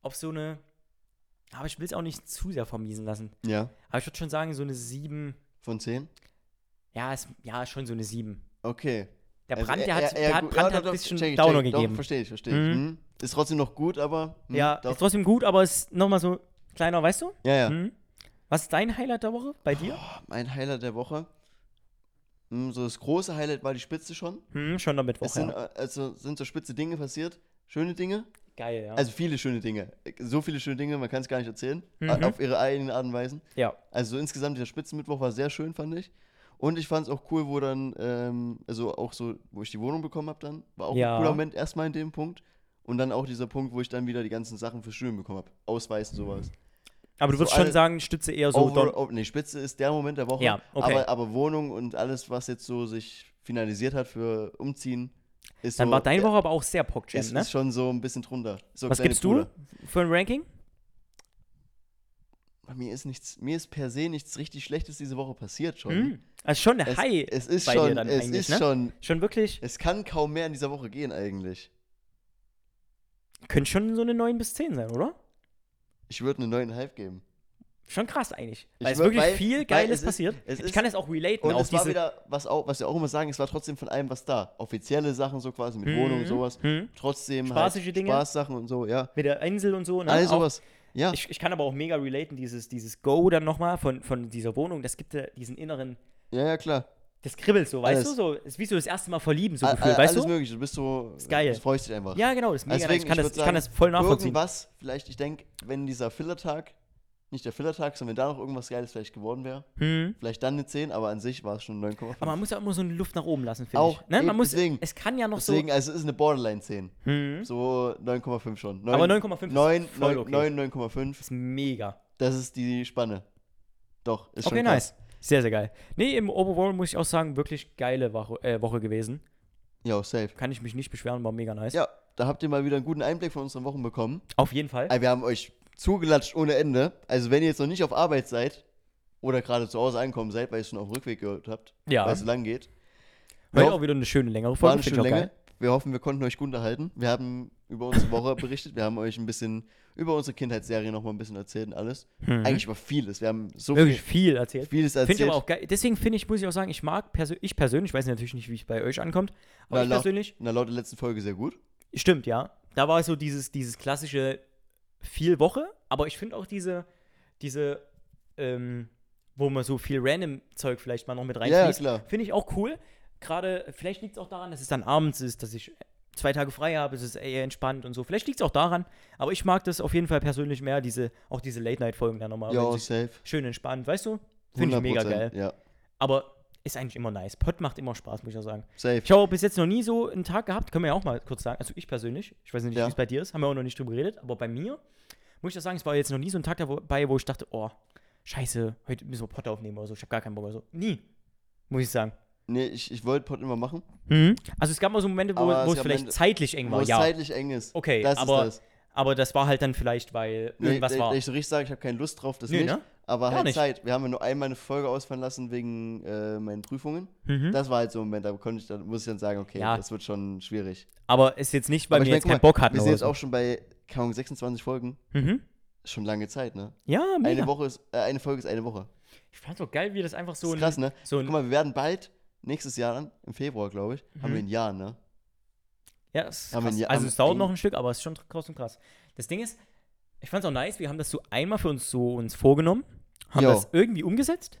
auf so eine Aber ich will es auch nicht zu sehr vermiesen lassen. Ja. Aber ich würde schon sagen, so eine 7. Von 10? Ja, ist, ja, schon so eine 7. Okay. Der Also Brand, der eher- hat, eher- der eher hat, gut- Brand ja, hat doch, ein doch, bisschen check ich, Downer check ich. gegeben. Doch, verstehe ich, verstehe ich. Mhm. Mhm. Ist trotzdem noch gut, aber. mhm, ja, doch. ist trotzdem gut, aber ist nochmal so kleiner, weißt du? ja, ja. Mhm. Was ist dein Highlight der Woche bei dir? Boah, mein Highlight der Woche. Mhm, So das große Highlight war die Spitze schon. Hm, schon am Mittwoch, Es sind, ja. äh, also sind so spitze Dinge passiert. Schöne Dinge. Geil, ja. Also viele schöne Dinge. So viele schöne Dinge, man kann es gar nicht erzählen. Mhm. a- Auf ihre eigenen Art und Weisen. ja. Also so insgesamt, dieser Spitzenmittwoch war sehr schön, fand ich. Und ich fand es auch cool, wo dann, ähm, also auch so, wo ich die Wohnung bekommen habe dann, war auch Ja. ein cooler Moment erstmal in dem Punkt. Und dann auch dieser Punkt, wo ich dann wieder die ganzen Sachen fürs Studium bekommen habe. Ausweisen, sowas. Aber du so würdest alle- schon sagen, Stütze eher so. Overall, Don- oh, nee, Spitze ist der Moment der Woche. Ja, okay. aber, aber Wohnung und alles, was jetzt so sich finalisiert hat für Umziehen, ist dann so, war deine ja, Woche aber auch sehr Pogchamp, ist, ne? ist schon so ein bisschen drunter. So Was kleine gibst du Bruder. für ein Ranking? Bei Mir ist nichts, mir ist per se nichts richtig Schlechtes diese Woche passiert schon. Hm. Also schon eine Es, High. es ist bei dir schon, dann es eigentlich, ist ne? schon, schon wirklich, es kann kaum mehr in dieser Woche gehen eigentlich. könnte schon so eine 9 bis 10 sein, oder? Ich würde eine neuen Hype geben. Schon krass eigentlich. Ich Weil es wür- wirklich weil- weil viel Geiles es ist- passiert. es ich ist- kann es auch relaten. Und auf es war diese- wieder, was, auch, was wir auch immer sagen, es war trotzdem von allem was da. Offizielle Sachen, so quasi mit Mhm. Wohnung und sowas. Mhm. Trotzdem Spaßige halt Dinge. Spaßsachen und so, ja. Mit der Insel und so. Ne? Alles Auch- sowas. Ja. Ich, ich kann aber auch mega relaten, dieses, dieses Go dann nochmal von, von dieser Wohnung. Das gibt ja diesen inneren, ja, ja, klar. das kribbelt so, weißt Alles. du? So, ist wie so das erste Mal verlieben, so Al- Gefühl, al- weißt alles du? mögliche. Du bist so. Ist geil. Du freust dich einfach. Also Ja, genau, das ist mega nice. Deswegen, Ich kann, ich das, würd ich sagen, kann das voll nachvollziehen. Irgendwas, vielleicht, ich denke, wenn dieser Fillertag, nicht der Fillertag, sondern wenn da noch irgendwas Geiles vielleicht geworden wäre, Hm. vielleicht dann eine 10, aber an sich war es schon 9,5. Aber man muss ja immer so eine Luft nach oben lassen, finde Auch, ich. Ne? Man eben, muss, deswegen. es kann ja noch Deswegen, also es ist eine Borderline 10. so. Hm. So 9,5 schon. Aber 9,5 ist 9, voll 9, okay. 9, 9,5. Ist mega. Das ist die Spanne. Doch, ist schon Okay, krass. nice. Sehr, sehr geil. Nee, im Overall muss ich auch sagen, wirklich geile Woche, äh, Woche gewesen. Ja, safe. Kann ich mich nicht beschweren, war mega nice. Ja, da habt ihr mal wieder einen guten Einblick von unseren Wochen bekommen. Auf jeden Fall. Ey, Wir haben euch zugelatscht ohne Ende. Also wenn ihr jetzt noch nicht auf Arbeit seid oder gerade zu Hause ankommen seid, weil ihr es schon auf dem Rückweg gehört habt, Ja. weil es so lang geht. Wir Heute hoffen- auch wieder eine schöne längere war Folge. eine finde ich schöne auch Länge. geil. Wir hoffen, wir konnten euch gut unterhalten. Wir haben über unsere Woche berichtet. Wir haben euch ein bisschen über unsere Kindheitsserie noch mal ein bisschen erzählt und alles. Eigentlich über vieles. Wir haben so viel, Hm. Wirklich viel erzählt. vieles erzählt. Finde ich aber auch geil. Deswegen finde ich, muss ich auch sagen, ich mag persö ich persönlich, weiß natürlich nicht, wie es bei euch ankommt, aber Na, ich laut- persönlich, Na, laut der letzten Folge sehr gut. stimmt, ja. Da war so dieses, dieses klassische viel Woche, aber ich finde auch diese, diese, ähm, wo man so viel random Zeug vielleicht mal noch mit ja, reinfließt, klar. finde ich auch cool. Gerade, vielleicht liegt es auch daran, dass es dann abends ist, dass ich zwei Tage frei habe, es ist eher entspannt und so. Vielleicht liegt es auch daran, aber ich mag das auf jeden Fall persönlich mehr, diese, auch diese Late-Night-Folgen dann nochmal. Ja, wenn sich- safe. Schön entspannt, weißt du? Finde ich mega 100%. geil. Ja, Aber ist eigentlich immer nice. Pod macht immer Spaß, muss ich ja sagen. safe. Ich habe auch bis jetzt noch nie so einen Tag gehabt, können wir ja auch mal kurz sagen. Also ich persönlich, ich weiß nicht, Ja. wie es bei dir ist, haben wir auch noch nicht drüber geredet, aber bei mir, muss ich das sagen, es war jetzt noch nie so ein Tag dabei, wo ich dachte, oh, scheiße, heute müssen wir Pod aufnehmen oder so, ich habe gar keinen Bock oder so. Nie, muss ich sagen. Nee, ich, ich wollte Pod immer machen. Mhm. Also es gab mal so Momente, wo, Aber wo es es gab vielleicht Momente, zeitlich eng Wo war, es ja. zeitlich eng ist. Okay, das aber ist das. aber das war halt dann vielleicht, weil Nee, irgendwas wenn- war. Wenn ich so richtig sage, ich habe keine Lust drauf, das Nö, nicht. ne? Aber Gar halt nicht. Zeit. Wir haben ja nur einmal eine Folge ausfallen lassen wegen äh, meinen Prüfungen. Mhm. Das war halt so ein Moment, da konnte ich dann, muss ich dann sagen, okay, Ja. das wird schon schwierig. Aber ist jetzt nicht, weil Aber wir ich jetzt mein, keinen guck mal, Bock hatten Wir sind oder jetzt so. auch schon bei, keine Ahnung, 26 Folgen. Mhm. Schon lange Zeit, ne? Ja, mega. Eine Woche ist, äh, eine Folge ist eine Woche. Ich fand's auch geil, wie das einfach so So ist ein- krass, ne? So ein, Guck mal, wir werden bald, nächstes Jahr dann, im Februar, glaube ich, haben Mhm. wir ein Jahr, ne? ja, es ist haben wir krass. nie- also haben es dauert ein- noch ein Stück, aber es ist schon krass und krass. Das Ding ist, ich fand's auch nice, wir haben das so einmal für uns so uns vorgenommen, haben Jo. das irgendwie umgesetzt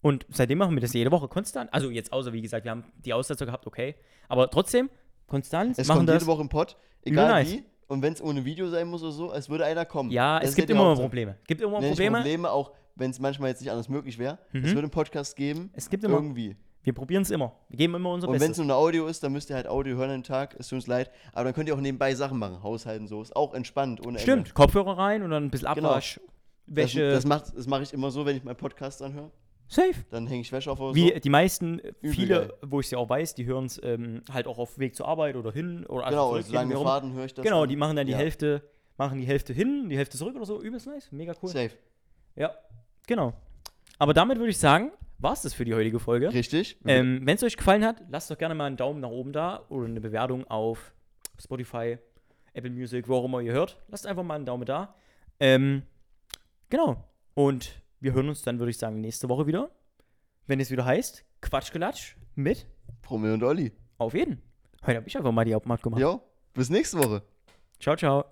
und seitdem machen wir das jede Woche konstant. Also jetzt außer, wie gesagt, wir haben die Aussetzer gehabt, okay, aber trotzdem konstant Es machen kommt das. jede Woche im Pod, Übel egal nice. wie. Und wenn es ohne Video sein muss oder so, als würde einer kommen. Ja, Das es ist gibt die immer mal Hauptsache. Probleme. Es gibt immer mal Nee, nicht Probleme. Probleme, auch wenn es manchmal jetzt nicht anders möglich wäre. Mhm. Es würde einen Podcast geben. Es gibt immer. Irgendwie. Wir probieren es immer. Wir geben immer unser Und wenn es Bestes. nur ein Audio ist, dann müsst ihr halt Audio hören am Tag. Es tut uns leid. Aber dann könnt ihr auch nebenbei Sachen machen. Haushalten, so. Ist auch entspannt. Ohne Ende. Stimmt, Kopfhörer rein und dann ein bisschen Genau. Abwasch. Das, Wäsche. das mache das mach ich immer so, wenn ich meinen Podcast anhöre. safe. Dann hänge ich Wäsche auf oder so. Wie die meisten, äh, Übel viele, geil. wo ich es ja auch weiß, die hören es ähm, halt auch auf Weg zur Arbeit oder hin oder also Genau, zurück, und hin, wie lange auch immer. Fahrten höre ich das. Genau, an. die machen dann die Ja, Hälfte, machen die Hälfte hin, die Hälfte zurück oder so. Übelst nice, mega cool. Safe. Ja, genau. Aber damit würde ich sagen, war es das für die heutige Folge. Richtig. Ähm, Wenn es euch gefallen hat, lasst doch gerne mal einen Daumen nach oben da oder eine Bewertung auf Spotify, Apple Music, wo auch immer ihr hört. Lasst einfach mal einen Daumen da. Ähm, Genau. Und wir hören uns dann, würde ich sagen, nächste Woche wieder. Wenn es wieder heißt, Quatschgelatsch mit Promille und Olli. Auf jeden. Heute habe ich einfach mal die Hauptmacht gemacht. Jo, bis nächste Woche. Ciao, ciao.